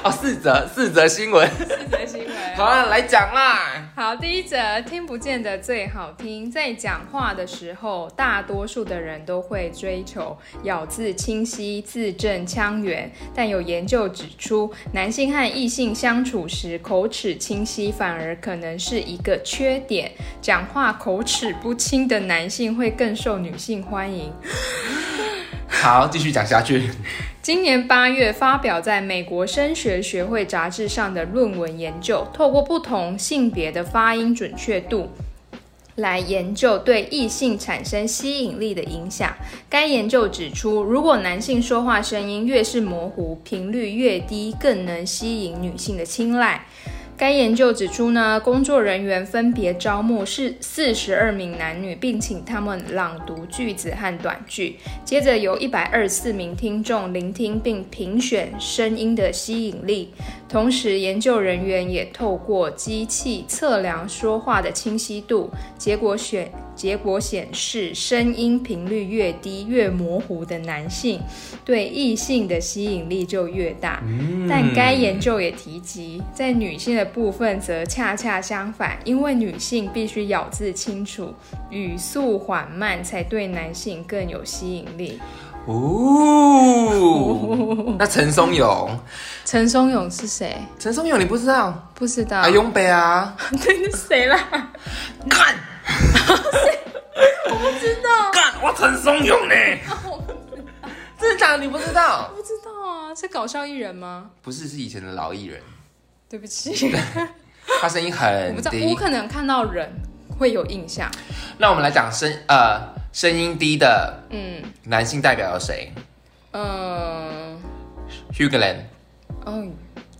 [SPEAKER 1] 哦，四则四则新 闻，
[SPEAKER 2] 四则新闻。
[SPEAKER 1] 好啦，来讲啦。
[SPEAKER 2] 好，第一则听不见的最好听。在讲话的时候，大多数的人都会追求咬字清晰、字正腔圆，但有研究指出，男性和异性相处时，口齿清晰反而可能是一个缺点。讲话口齿不清的男性会更受女性欢迎。
[SPEAKER 1] 好，继续讲下 去。
[SPEAKER 2] 今年八月发表在美国声学学会杂志上的论文研究，透过不同性别的发音准确度。来研究对异性产生吸引力的影响。该研究指出，如果男性说话声音越是模糊，频率越低，更能吸引女性的青睐。该研究指出呢，工作人员分别招募是四十二名男女，并请他们朗读句子和短句，接着由一百二十四名听众聆听并评选声音的吸引力。同时，研究人员也透过机器测量说话的清晰度，结果选结果显示，声音频率越低、越模糊的男性，对异性的吸引力就越大。但该研究也提及，在女性的部分则恰恰相反，因为女性必须咬字清楚、语速缓慢，才对男性更有吸引力。
[SPEAKER 1] 哦，那陈松勇，
[SPEAKER 2] 陈松勇是谁？
[SPEAKER 1] 陈松勇你不知道？
[SPEAKER 2] 不知道。
[SPEAKER 1] 啊，永北啊。
[SPEAKER 2] 对，是谁啦？
[SPEAKER 1] 干！我不知道。干，我陈松勇呢？真的假的？你不知道？
[SPEAKER 2] 不知道啊，是搞笑艺人吗？
[SPEAKER 1] 不是，是以前的老艺人，
[SPEAKER 2] 对不起，
[SPEAKER 1] 他声音
[SPEAKER 2] 我
[SPEAKER 1] 很
[SPEAKER 2] 不知道，我
[SPEAKER 1] 低。
[SPEAKER 2] 可能看到人会有印象。
[SPEAKER 1] 那我们来讲声呃声音低的
[SPEAKER 2] 嗯
[SPEAKER 1] 男性代表有谁
[SPEAKER 2] 嗯
[SPEAKER 1] h u g l a n
[SPEAKER 2] 哦，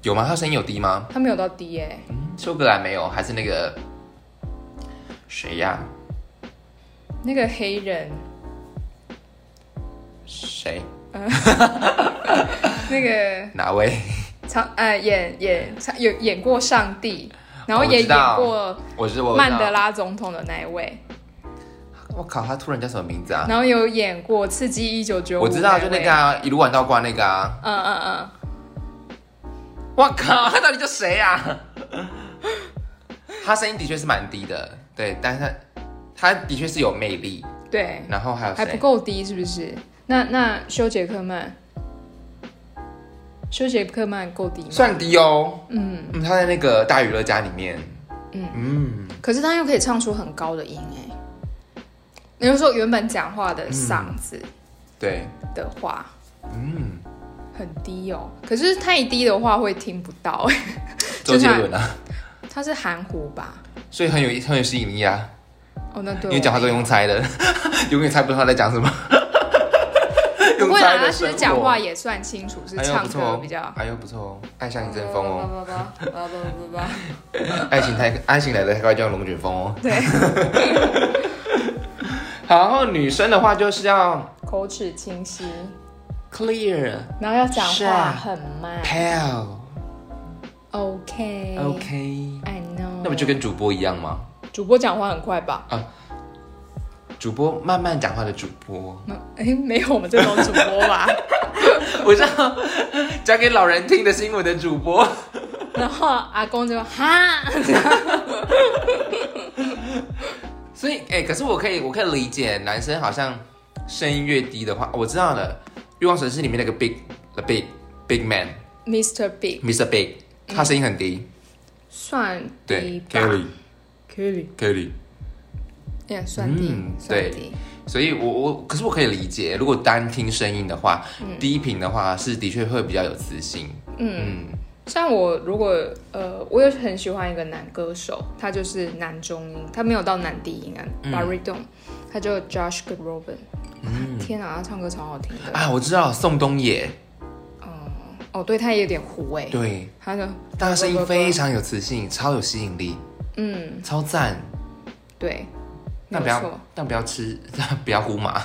[SPEAKER 1] 有吗？他声音有低吗？
[SPEAKER 2] 他没有到低耶、
[SPEAKER 1] 休格兰没有，还是那个谁呀、
[SPEAKER 2] 那个黑人，
[SPEAKER 1] 谁？
[SPEAKER 2] 那个
[SPEAKER 1] 哪位？
[SPEAKER 2] 长呃演演长有演过上帝，然后
[SPEAKER 1] 我
[SPEAKER 2] 也
[SPEAKER 1] 知
[SPEAKER 2] 演
[SPEAKER 1] 道
[SPEAKER 2] 过
[SPEAKER 1] 哦我是我。
[SPEAKER 2] 曼德。拉总统的那一位，
[SPEAKER 1] 我靠，他突然叫什么名字啊？
[SPEAKER 2] 然后有演过《刺激一九九五》，
[SPEAKER 1] 我知道，就那个、啊、一路玩到挂那个啊。
[SPEAKER 2] 嗯嗯嗯，
[SPEAKER 1] 我靠，他到底叫谁呀、 他声音的确是蛮低的，对，但是他他的确是有魅力。
[SPEAKER 2] 对，
[SPEAKER 1] 然后还有
[SPEAKER 2] 还不
[SPEAKER 1] 谁？
[SPEAKER 2] 够低是不是？那那修杰克曼，修杰克曼够低吗？
[SPEAKER 1] 算低哦，
[SPEAKER 2] 嗯，
[SPEAKER 1] 嗯，他在那个大娱乐家里面，
[SPEAKER 2] 嗯
[SPEAKER 1] 嗯
[SPEAKER 2] 可是他又可以唱出很高的音哎。你就说原本讲话的嗓子
[SPEAKER 1] 对，
[SPEAKER 2] 的话
[SPEAKER 1] 嗯，
[SPEAKER 2] 很低哦，可是太低的话会听不到哎。
[SPEAKER 1] 周杰伦啊，
[SPEAKER 2] 他是含糊吧？
[SPEAKER 1] 所以很有很有吸引力啊，
[SPEAKER 2] 哦，那对
[SPEAKER 1] 因
[SPEAKER 2] 我，
[SPEAKER 1] 为讲话都用猜的， 永远猜不出他在讲什么。
[SPEAKER 2] 不会啦，
[SPEAKER 1] 啦，
[SPEAKER 2] 他其实讲话也算清楚，是
[SPEAKER 1] 哎呦
[SPEAKER 2] 唱
[SPEAKER 1] 不错
[SPEAKER 2] 歌
[SPEAKER 1] 哦
[SPEAKER 2] 比较。嗯
[SPEAKER 1] 哎呦不错哦，爱像一阵风哦，
[SPEAKER 2] 叭叭叭叭叭叭
[SPEAKER 1] 爱情太爱情来的太快，就像龙卷风哦。
[SPEAKER 2] 对，
[SPEAKER 1] 然后女生的话就是要
[SPEAKER 2] 口齿清晰，
[SPEAKER 1] clear。
[SPEAKER 2] 然后要讲
[SPEAKER 1] 是
[SPEAKER 2] 话
[SPEAKER 1] 啊
[SPEAKER 2] 很慢。
[SPEAKER 1] Pal
[SPEAKER 2] OK
[SPEAKER 1] OK，
[SPEAKER 2] I know。
[SPEAKER 1] 那不就跟主播一样吗？
[SPEAKER 2] 主播讲话很快吧？
[SPEAKER 1] 主播慢慢讲话的主播，
[SPEAKER 2] 那哎，没有我们这种主播 吧？
[SPEAKER 1] 我知道讲给老人听的新闻的主播。
[SPEAKER 2] 然后阿公就哈，
[SPEAKER 1] 所以，哎、可是我可以，我可以理解男生好像声音越低的话，我知道了，《欲望城市》里面那个 Big the Big Big Man
[SPEAKER 2] Mr. Big
[SPEAKER 1] Mr. Big，他
[SPEAKER 2] 嗯
[SPEAKER 1] 声音很低。
[SPEAKER 2] 算低
[SPEAKER 1] 对
[SPEAKER 2] 吧
[SPEAKER 1] ，Kelly
[SPEAKER 2] Kelly
[SPEAKER 1] Kelly，
[SPEAKER 2] 也算低
[SPEAKER 1] 嗯，
[SPEAKER 2] 算
[SPEAKER 1] 对
[SPEAKER 2] 低。
[SPEAKER 1] 所以我我可是我可以理解，如果单听声音的话，低频的话是的确会比较有磁性。嗯
[SPEAKER 2] 像我如果呃，我有很喜欢一个男歌手，他就是男中音，他没有到男低音啊、b
[SPEAKER 1] 嗯
[SPEAKER 2] a r r y d o n 他叫 Josh g o o d r o b i n 天啊，他唱歌超好听的。
[SPEAKER 1] 嗯啊，我知道宋冬野，
[SPEAKER 2] 哦，对，他也有点糊哎、
[SPEAKER 1] 对，
[SPEAKER 2] 他的
[SPEAKER 1] 但他声音非常有磁性，超有吸引力，
[SPEAKER 2] 嗯，
[SPEAKER 1] 超赞。
[SPEAKER 2] 对，没
[SPEAKER 1] 但不
[SPEAKER 2] 有错
[SPEAKER 1] 要，，但不要吃，不要呼 麻。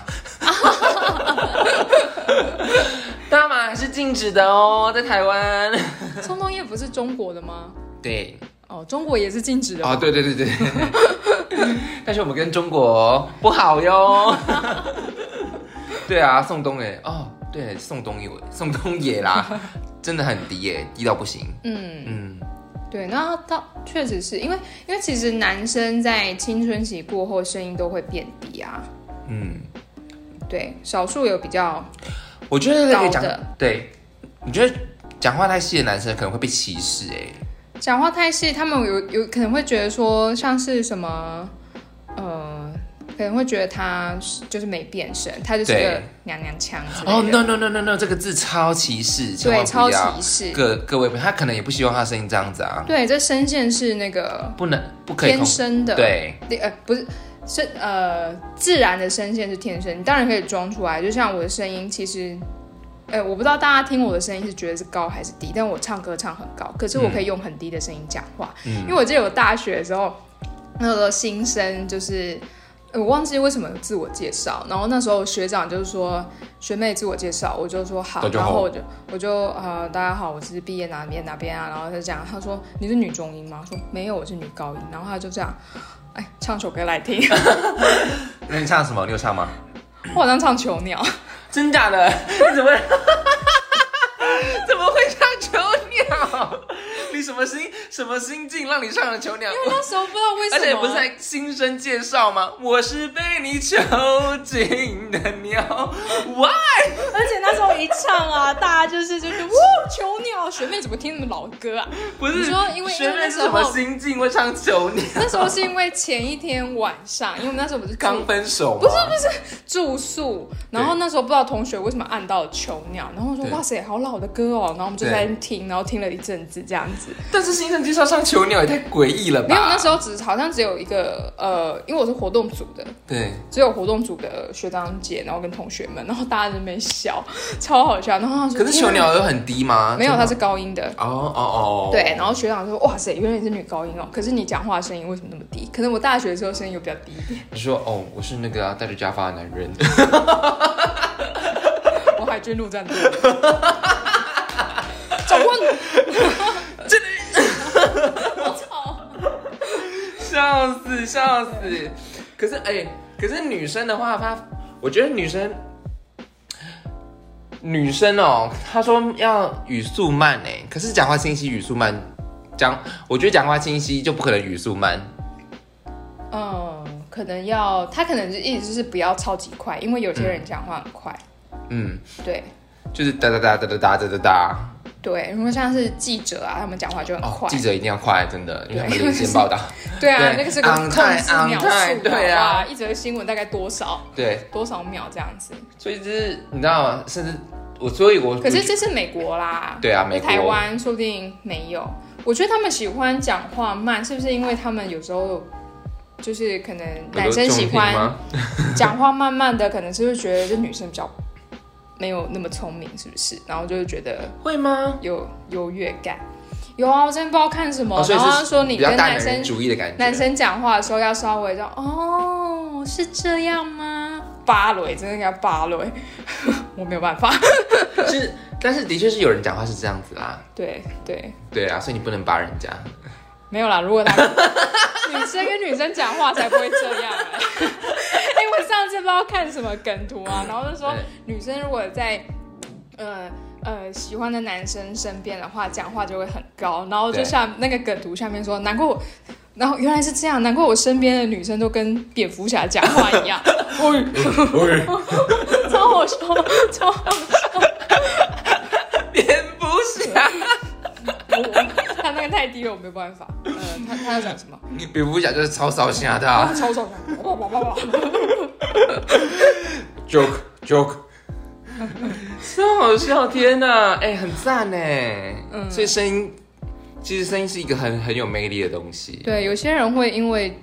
[SPEAKER 1] 大麻是禁止的哦，在台湾。
[SPEAKER 2] 冲动夜不是中国的吗？
[SPEAKER 1] 对，
[SPEAKER 2] 哦，中国也是禁止的
[SPEAKER 1] 哦，
[SPEAKER 2] 吗。
[SPEAKER 1] 对对对对。 但是我们跟中国不好哟。 对啊，宋冬野哦，对，宋冬野，宋冬野啦，真的很低耶，低到不行。
[SPEAKER 2] 嗯，
[SPEAKER 1] 嗯，
[SPEAKER 2] 对，那到确实是因为，因为其实男生在青春期过后声音都会变低啊。
[SPEAKER 1] 嗯，
[SPEAKER 2] 对，少数有比较
[SPEAKER 1] 我觉得可以讲
[SPEAKER 2] 高的，
[SPEAKER 1] 对，我觉得讲话太细的男生可能会被歧视哎。
[SPEAKER 2] 讲话太细，他们有有可能会觉得说像是什么，呃，可能会觉得他是就是没变声，他就是
[SPEAKER 1] 对
[SPEAKER 2] 个娘娘腔之
[SPEAKER 1] 哦、
[SPEAKER 2] 类
[SPEAKER 1] n
[SPEAKER 2] 的。
[SPEAKER 1] o no no no no，这个字超歧视，千
[SPEAKER 2] 对，
[SPEAKER 1] 万
[SPEAKER 2] 超
[SPEAKER 1] 不要。
[SPEAKER 2] 歧视。
[SPEAKER 1] 各各位，他可能也不希望他声音这样子啊，
[SPEAKER 2] 对，这声线是那个
[SPEAKER 1] 不能不可以控
[SPEAKER 2] 天生的，
[SPEAKER 1] 对，
[SPEAKER 2] 对，呃，不是，是呃，自然的声线是天生，你当然可以装出来。就像我的声音，其实，呃，我不知道大家听我的声音是觉得是高还是低，但我唱歌唱很高，可是我可以用很低的声音讲话，因为我记得我大学的时候，那时候新生就是。呃我忘记为什么有自我介绍，然后那时候学长就是说学妹自我介绍，我就说好，
[SPEAKER 1] 大家
[SPEAKER 2] 然
[SPEAKER 1] 好
[SPEAKER 2] 后我就我就呃大家好，我是毕业哪边哪边啊，然后他就讲他说你是女中音吗？我说没有，我是女高音，然后他就这样，哎，唱首歌来听，
[SPEAKER 1] 那你唱什么？你有唱吗？
[SPEAKER 2] 我好像唱囚鸟，
[SPEAKER 1] 真假的？你怎么 会？怎么会唱囚鸟？你什么心什么心境让你唱了囚鸟？
[SPEAKER 2] 那时候不知道为什
[SPEAKER 1] 而
[SPEAKER 2] 么，啊
[SPEAKER 1] 且不是在新生介绍吗？我是被你囚禁的鸟。哇！
[SPEAKER 2] 而且那时候一唱啊，大家就是就是哇囚鸟，学妹怎么听那么老歌啊？
[SPEAKER 1] 不是
[SPEAKER 2] 你说因为
[SPEAKER 1] 学
[SPEAKER 2] 因为
[SPEAKER 1] 妹
[SPEAKER 2] 那
[SPEAKER 1] 是
[SPEAKER 2] 时
[SPEAKER 1] 什么
[SPEAKER 2] 候
[SPEAKER 1] 心境会唱囚鸟？
[SPEAKER 2] 那时候是因为前一天晚上，因为我们那时候不是住
[SPEAKER 1] 刚分手吗？不是不是，
[SPEAKER 2] 住宿，然后那时候不知道同学为什么按到了囚鸟，然后我说
[SPEAKER 1] 对
[SPEAKER 2] 哇塞，好老的歌哦，然后我们就
[SPEAKER 1] 对
[SPEAKER 2] 在那边听，然后听了一阵子这样子。
[SPEAKER 1] 但是新生介绍唱囚鸟也太诡异了吧？
[SPEAKER 2] 没有，那时候只好像只有一个呃，因为我是活动组的，
[SPEAKER 1] 对。
[SPEAKER 2] 只有活动组的学长姐，然后跟同学们，然后大家在那边笑，超好笑。然后他说
[SPEAKER 1] 可是囚
[SPEAKER 2] 天啊哪
[SPEAKER 1] 鸟有很低吗？
[SPEAKER 2] 没有，
[SPEAKER 1] 啊真的
[SPEAKER 2] 它是高音的。
[SPEAKER 1] 哦哦哦，
[SPEAKER 2] 对，然后学长说：“哇塞，原来你是女高音哦！可是你讲话声音为什么那么低？可能我大学的时候声音又比较低一点。
[SPEAKER 1] 你说哦，我是那个啊带着假发的男人，
[SPEAKER 2] 我海军陆战 队，走过
[SPEAKER 1] 笑死笑死。可是哎、可是女生的话，她我觉得女生女生哦，她说要语速慢哎、可是讲话清晰，语速慢，讲我觉得讲话清晰就不可能语速慢，
[SPEAKER 2] 嗯，可能要他可能就一直就是不要超级快，因为有些人讲话很快。
[SPEAKER 1] 嗯，
[SPEAKER 2] 对
[SPEAKER 1] 就是哒哒哒哒哒哒哒哒哒。
[SPEAKER 2] 对，如果像是记者啊，他们讲话就很
[SPEAKER 1] 哦
[SPEAKER 2] 快。，
[SPEAKER 1] 记者一定要快，真的，因为他们
[SPEAKER 2] 对
[SPEAKER 1] 领先报 道。
[SPEAKER 2] 对啊，
[SPEAKER 1] 对
[SPEAKER 2] 那个是个
[SPEAKER 1] on
[SPEAKER 2] 控
[SPEAKER 1] time，
[SPEAKER 2] 制
[SPEAKER 1] on
[SPEAKER 2] 秒数
[SPEAKER 1] time，对啊
[SPEAKER 2] 好不好一则新闻大概多少
[SPEAKER 1] 对，
[SPEAKER 2] 多少秒这样子。
[SPEAKER 1] 所以就是你知道吗？甚至我，所以我
[SPEAKER 2] 可是这是美国啦，
[SPEAKER 1] 对啊，
[SPEAKER 2] 在
[SPEAKER 1] 美国
[SPEAKER 2] 台湾说不定没有。我觉得他们喜欢讲话慢，是不是因为他们有时候就是可能男生喜
[SPEAKER 1] 有这种病
[SPEAKER 2] 欢
[SPEAKER 1] 吗？
[SPEAKER 2] 讲话慢慢的，可能是不是觉得这女生比较没有那么聪明，是不是？然后就会觉得
[SPEAKER 1] 会吗？
[SPEAKER 2] 有优越感。有啊，我之前不知道看什么，
[SPEAKER 1] 哦所以
[SPEAKER 2] 然
[SPEAKER 1] 是
[SPEAKER 2] 后他说你
[SPEAKER 1] 比较
[SPEAKER 2] 跟
[SPEAKER 1] 大男
[SPEAKER 2] 男
[SPEAKER 1] 人
[SPEAKER 2] 生
[SPEAKER 1] 主义的感觉。
[SPEAKER 2] 男生讲话的时候要稍微这样，哦，是这样吗？芭蕾真的要芭蕾， 我没有办法。
[SPEAKER 1] 是，但是的确是有人讲话是这样子啦。
[SPEAKER 2] 对对，
[SPEAKER 1] 对啊，所以你不能扒人家。
[SPEAKER 2] 没有啦，如果他 女生跟女生讲话才不会这 样、欸。哎、我上次不知道看什么梗图啊，然后就说
[SPEAKER 1] 对
[SPEAKER 2] 女生如果在呃呃喜欢的男生身边的话，讲话就会很高，然后就
[SPEAKER 1] 对
[SPEAKER 2] 像那个梗图下面说，难怪我。然后原来是这样，难怪我身边的女生都跟蝙蝠侠讲话 一样，超好笑，超好笑。
[SPEAKER 1] 蝙蝠侠，
[SPEAKER 2] 我他那个太低了，我没有办法。呃，他他要讲什么？
[SPEAKER 1] 蝙蝠侠就是超扫兴的、
[SPEAKER 2] 啊，
[SPEAKER 1] 啊、
[SPEAKER 2] 超爽的，哇哇哇哇哇！
[SPEAKER 1] joke joke。超好笑！天哪，哎、很赞哎。嗯，所以声音，其实声音是一个很很有魅力的东西。
[SPEAKER 2] 对，有些人会因为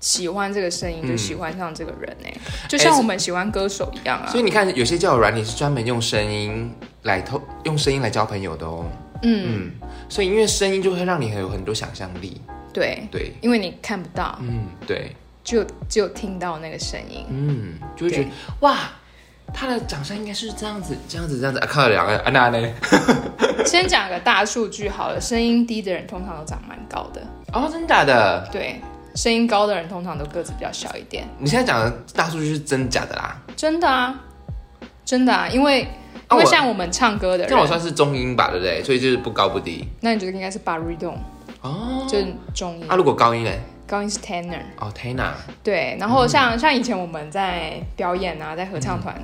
[SPEAKER 2] 喜欢这个声音就喜欢上这个人哎、就像我们喜欢歌手一样啊。
[SPEAKER 1] 所以你看，有些交友软体是专门用声音来透，用声音来交朋友的哦。
[SPEAKER 2] 嗯，
[SPEAKER 1] 嗯，所以因为声音就会让你很有很多想象力。
[SPEAKER 2] 对，
[SPEAKER 1] 对，
[SPEAKER 2] 因为你看不到，
[SPEAKER 1] 嗯，对，
[SPEAKER 2] 就只有听到那个声音。
[SPEAKER 1] 嗯，就会觉得
[SPEAKER 2] 对
[SPEAKER 1] 哇，他的长相应该是这样子，这样子，这样子。啊，看到两个，啊那呢？
[SPEAKER 2] 先讲个大数据好了，声音低的人通常都长蛮高的，
[SPEAKER 1] 哦，真的假的？
[SPEAKER 2] 对，声音高的人通常都个子比较小一点。
[SPEAKER 1] 你现在讲的大数据是真假的啦？
[SPEAKER 2] 真的啊，真的啊，因为
[SPEAKER 1] 啊
[SPEAKER 2] 因
[SPEAKER 1] 我
[SPEAKER 2] 为像我们唱歌的
[SPEAKER 1] 这我
[SPEAKER 2] 人，
[SPEAKER 1] 算是中音吧，对不对？所以就是不高不低。
[SPEAKER 2] 那你觉得应该是 baritone，
[SPEAKER 1] 哦，
[SPEAKER 2] 就是中音
[SPEAKER 1] 啊，，如果高音呢？
[SPEAKER 2] 高音是 tenor。
[SPEAKER 1] 哦，Tina，
[SPEAKER 2] 对，然后像、像以前我们在表演啊，在合唱团，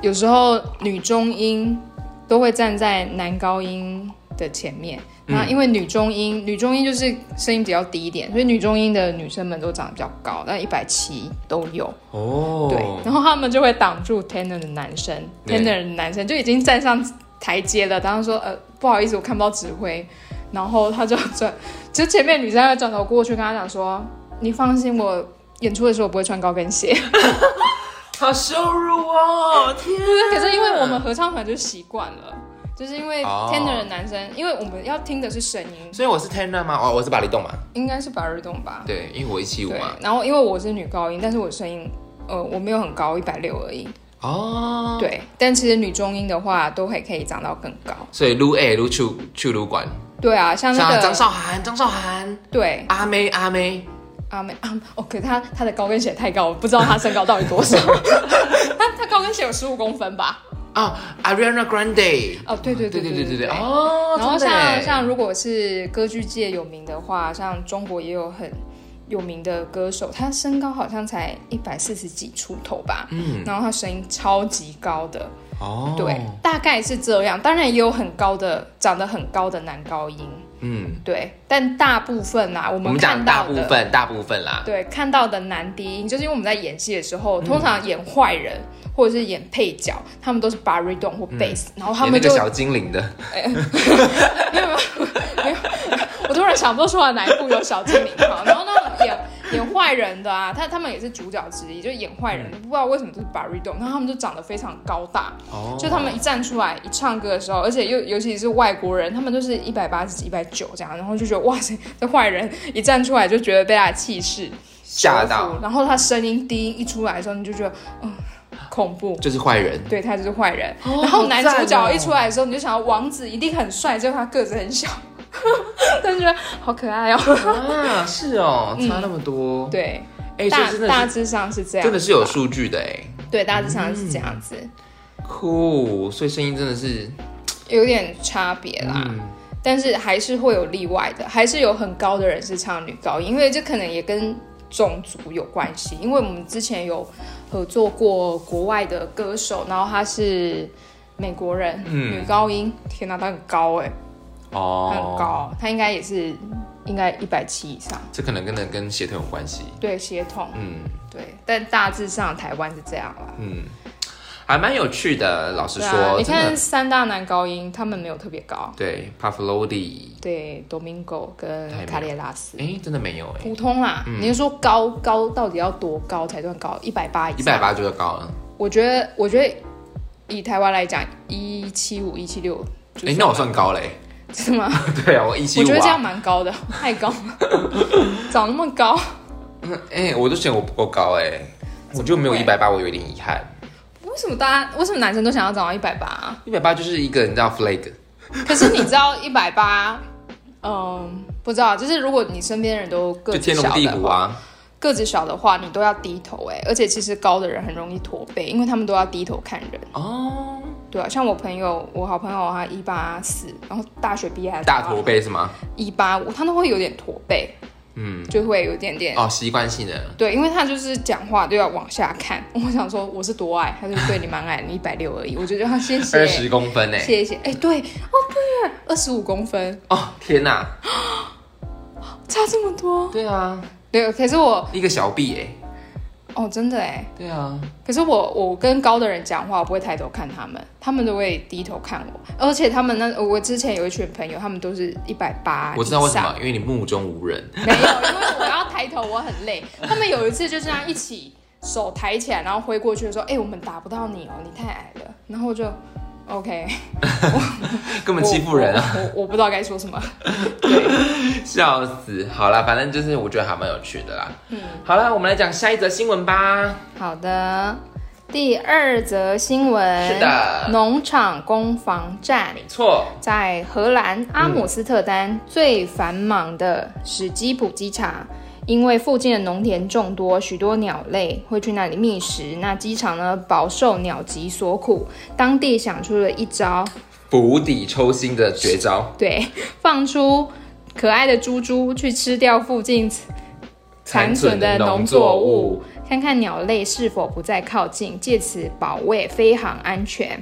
[SPEAKER 2] 有时候女中音都会站在男高音的前面。那因为女中音，女中音就是声音比较低一点，所以女中音的女生们都长得比较高，那一百七都有。
[SPEAKER 1] 哦，
[SPEAKER 2] 对，然后他们就会挡住 tenor 的男生
[SPEAKER 1] 对
[SPEAKER 2] ，tenor 的男生就已经站上台阶了，然后说呃不好意思，我看不到指挥，然后他就转， 就前面女生要转头过去跟他讲说，你放心，我演出的时候我不会穿高跟 鞋，
[SPEAKER 1] 好羞辱哦，天啊！
[SPEAKER 2] 可是因为我们合唱团就习惯了。就是因为
[SPEAKER 1] 哦
[SPEAKER 2] tenor 的男生因为我们要听的是声音，
[SPEAKER 1] 所以我是 Tina 吗？哦，我是巴黎洞嘛。
[SPEAKER 2] 应该是 baritone 吧？
[SPEAKER 1] 对，因为我一七五
[SPEAKER 2] 对
[SPEAKER 1] 嘛。。
[SPEAKER 2] 然后因为我是女高音，但是我声音，呃，我没有很高，一百六而已。
[SPEAKER 1] 哦，。
[SPEAKER 2] 对，但其实女中音的话，都还可以长到更高。
[SPEAKER 1] 所以撸 A 撸去去撸管，
[SPEAKER 2] 对啊，像那
[SPEAKER 1] 像
[SPEAKER 2] 个
[SPEAKER 1] 张韶涵、张韶涵、
[SPEAKER 2] 对
[SPEAKER 1] 阿妹、阿妹，
[SPEAKER 2] 阿美啊，哦，可是她她的高跟鞋太高，我不知道她身高到底多少。 她她高跟鞋有十五公分吧？
[SPEAKER 1] 哦，Ariana Grande，
[SPEAKER 2] 哦，对对
[SPEAKER 1] 对对
[SPEAKER 2] 对
[SPEAKER 1] 对
[SPEAKER 2] 对
[SPEAKER 1] 对对，。哦，
[SPEAKER 2] 然后
[SPEAKER 1] 真的耶
[SPEAKER 2] 像像如果是歌剧界有名的话，像中国也有很有名的歌手，他身高好像才一百四十几出头吧，
[SPEAKER 1] 嗯，
[SPEAKER 2] 然后他声音超级高的，
[SPEAKER 1] 哦，
[SPEAKER 2] 对，大概是这样。当然也有很高的长得很高的男高音，
[SPEAKER 1] 嗯，
[SPEAKER 2] 对，但大部分啊啦，我
[SPEAKER 1] 我
[SPEAKER 2] 们
[SPEAKER 1] 们讲
[SPEAKER 2] 看
[SPEAKER 1] 大
[SPEAKER 2] 到
[SPEAKER 1] 部
[SPEAKER 2] 的。
[SPEAKER 1] 分大部分啦，
[SPEAKER 2] 对，看到的男低音，就是因为我们在演戏的时候，通常演坏人或者是演配角，他们都是 baritone 或 bass，、然后他
[SPEAKER 1] 嗯演
[SPEAKER 2] 们
[SPEAKER 1] 那
[SPEAKER 2] 就
[SPEAKER 1] 个小精灵的，
[SPEAKER 2] 没有没有没有，我突然想不出来哪一部有小精灵好，然后那种演演坏人的啊，他他们也是主角之一，就演坏
[SPEAKER 1] 嗯
[SPEAKER 2] 人，不知道为什么都是 baritone，然后他们就长得非常高大，
[SPEAKER 1] 哦，
[SPEAKER 2] 就他们一站出来一唱歌的时候，而且又尤其是外国人，他们都是一百八十几、一百九这样，然后就觉得哇塞，这坏人一站出来就觉得被他的气势。
[SPEAKER 1] 吓到，，
[SPEAKER 2] 然后他声音低音一出来的时候，你就觉得嗯恐怖，
[SPEAKER 1] 就是坏人，
[SPEAKER 2] 对他就是坏人。
[SPEAKER 1] 哦
[SPEAKER 2] 然后男主角一出，
[SPEAKER 1] 好赞哦
[SPEAKER 2] 来的时候，你就想要王子一定很帅，结果他个子很小， 但是觉得好可爱哦。
[SPEAKER 1] 啊，是哦，差那么多，
[SPEAKER 2] 嗯对，
[SPEAKER 1] 哎，所以
[SPEAKER 2] 大
[SPEAKER 1] 真的
[SPEAKER 2] 大
[SPEAKER 1] 是
[SPEAKER 2] 致上是这样，
[SPEAKER 1] 真的是嗯有数据的哎，
[SPEAKER 2] 对，大致上是这样子，
[SPEAKER 1] 酷，所以声音真的是，
[SPEAKER 2] 有点差别啦。
[SPEAKER 1] 嗯，
[SPEAKER 2] 但是还是会有例外的，还是有很高的人是唱女高音，因为这可能也跟种族有关系。因为我们之前有合作过国外的歌手，然后他是美国人，
[SPEAKER 1] 嗯
[SPEAKER 2] 女高音，天哪、他很高哎、他
[SPEAKER 1] 哦，
[SPEAKER 2] 很，高，他应该也是应该一百七以上，
[SPEAKER 1] 这可能跟跟协同有关系，
[SPEAKER 2] 对，协同，
[SPEAKER 1] 嗯
[SPEAKER 2] 对，但大致上台湾是这样啦。
[SPEAKER 1] 嗯，还蛮有趣的，老实
[SPEAKER 2] 对啊，
[SPEAKER 1] 说，
[SPEAKER 2] 你
[SPEAKER 1] 真的
[SPEAKER 2] 看三大男高音，他们没有特别高，
[SPEAKER 1] 对 p a v l o d i
[SPEAKER 2] 对，Domingo 跟
[SPEAKER 1] 太
[SPEAKER 2] 卡
[SPEAKER 1] 没
[SPEAKER 2] 列拉斯。
[SPEAKER 1] 哎，真的没有哎，
[SPEAKER 2] 普通啦，你是说高高到底要多高才算高？一百八以
[SPEAKER 1] 一
[SPEAKER 2] 上？
[SPEAKER 1] 百八就高啊了。
[SPEAKER 2] 我觉得，我觉得以台湾来讲，一七五、一七六，
[SPEAKER 1] 哎、那我算高嘞、
[SPEAKER 2] 是吗？
[SPEAKER 1] 对啊，我一七
[SPEAKER 2] 我
[SPEAKER 1] 五
[SPEAKER 2] 觉得这样
[SPEAKER 1] 啊。
[SPEAKER 2] 蛮高的，太高了， 长那么高，
[SPEAKER 1] 哎、我都觉得我不够高哎、我就没有一百八，我有点遗憾。
[SPEAKER 2] 为什么大家为什么男生都想要长到一百八？
[SPEAKER 1] 一百八就是一个你知道 flag，
[SPEAKER 2] 可是你知道一百八，嗯，不知道，就是如果你身边的人都个
[SPEAKER 1] 就
[SPEAKER 2] 子
[SPEAKER 1] 天龙
[SPEAKER 2] 小
[SPEAKER 1] 地
[SPEAKER 2] 的
[SPEAKER 1] 虎
[SPEAKER 2] 话，
[SPEAKER 1] 啊。
[SPEAKER 2] 个子小的话，你都要低头哎、而且其实高的人很容易驼背，因为他们都要低头看人。
[SPEAKER 1] 哦，
[SPEAKER 2] 对啊，像我朋友，我好朋友他一八四，然后大学毕业还
[SPEAKER 1] 大驼背是吗？
[SPEAKER 2] 一八五，他都会有点驼背，
[SPEAKER 1] 嗯，
[SPEAKER 2] 就会有一点点。
[SPEAKER 1] 哦，习惯性的。
[SPEAKER 2] 对，因为他就是讲话都要往下看。 我想说我是多矮，他就对你蛮矮，你一百六而已。我就觉得他谢谢
[SPEAKER 1] 二十公分哎、
[SPEAKER 2] 谢谢，哎、对，哦对耶，二十五公分，
[SPEAKER 1] 哦天哪、
[SPEAKER 2] 差这么多。
[SPEAKER 1] 对啊，
[SPEAKER 2] 对，可是我
[SPEAKER 1] 一个小臂哎、
[SPEAKER 2] 哦，真的哎。
[SPEAKER 1] 对啊，
[SPEAKER 2] 可是我我跟高的人讲话，我不会抬头看他们，他们都会低头看我。而且他们那我之前有一群朋友，他们都是一百八，
[SPEAKER 1] 我知道为什么，因为你目中无人。
[SPEAKER 2] 没有，因为我要抬头，我很累。他们有一次就这样一起手抬起来，然后挥过去说：“哎、我们打不到你哦，你太矮了。”然后我就 OK，
[SPEAKER 1] 根本欺负人啊！
[SPEAKER 2] 我！我我我不知道该说什么。对，
[SPEAKER 1] 笑死！好啦，反正就是我觉得还蛮有趣的啦。嗯，好啦，我们来讲下一则新闻吧。
[SPEAKER 2] 好的。第二则新闻
[SPEAKER 1] 是的
[SPEAKER 2] 农场攻防战。
[SPEAKER 1] 没错，
[SPEAKER 2] 在荷兰阿姆斯特丹最繁忙的史基普机场，因为附近的农田众多，许多鸟类会去那里觅食。那机场呢，饱受鸟疾所苦，当地想出了一招，
[SPEAKER 1] 釜底抽薪的绝招，
[SPEAKER 2] 对，放出可爱的猪猪去吃掉附近残存的农作物，看看鸟类是否不再靠近，借此保卫飞航安全。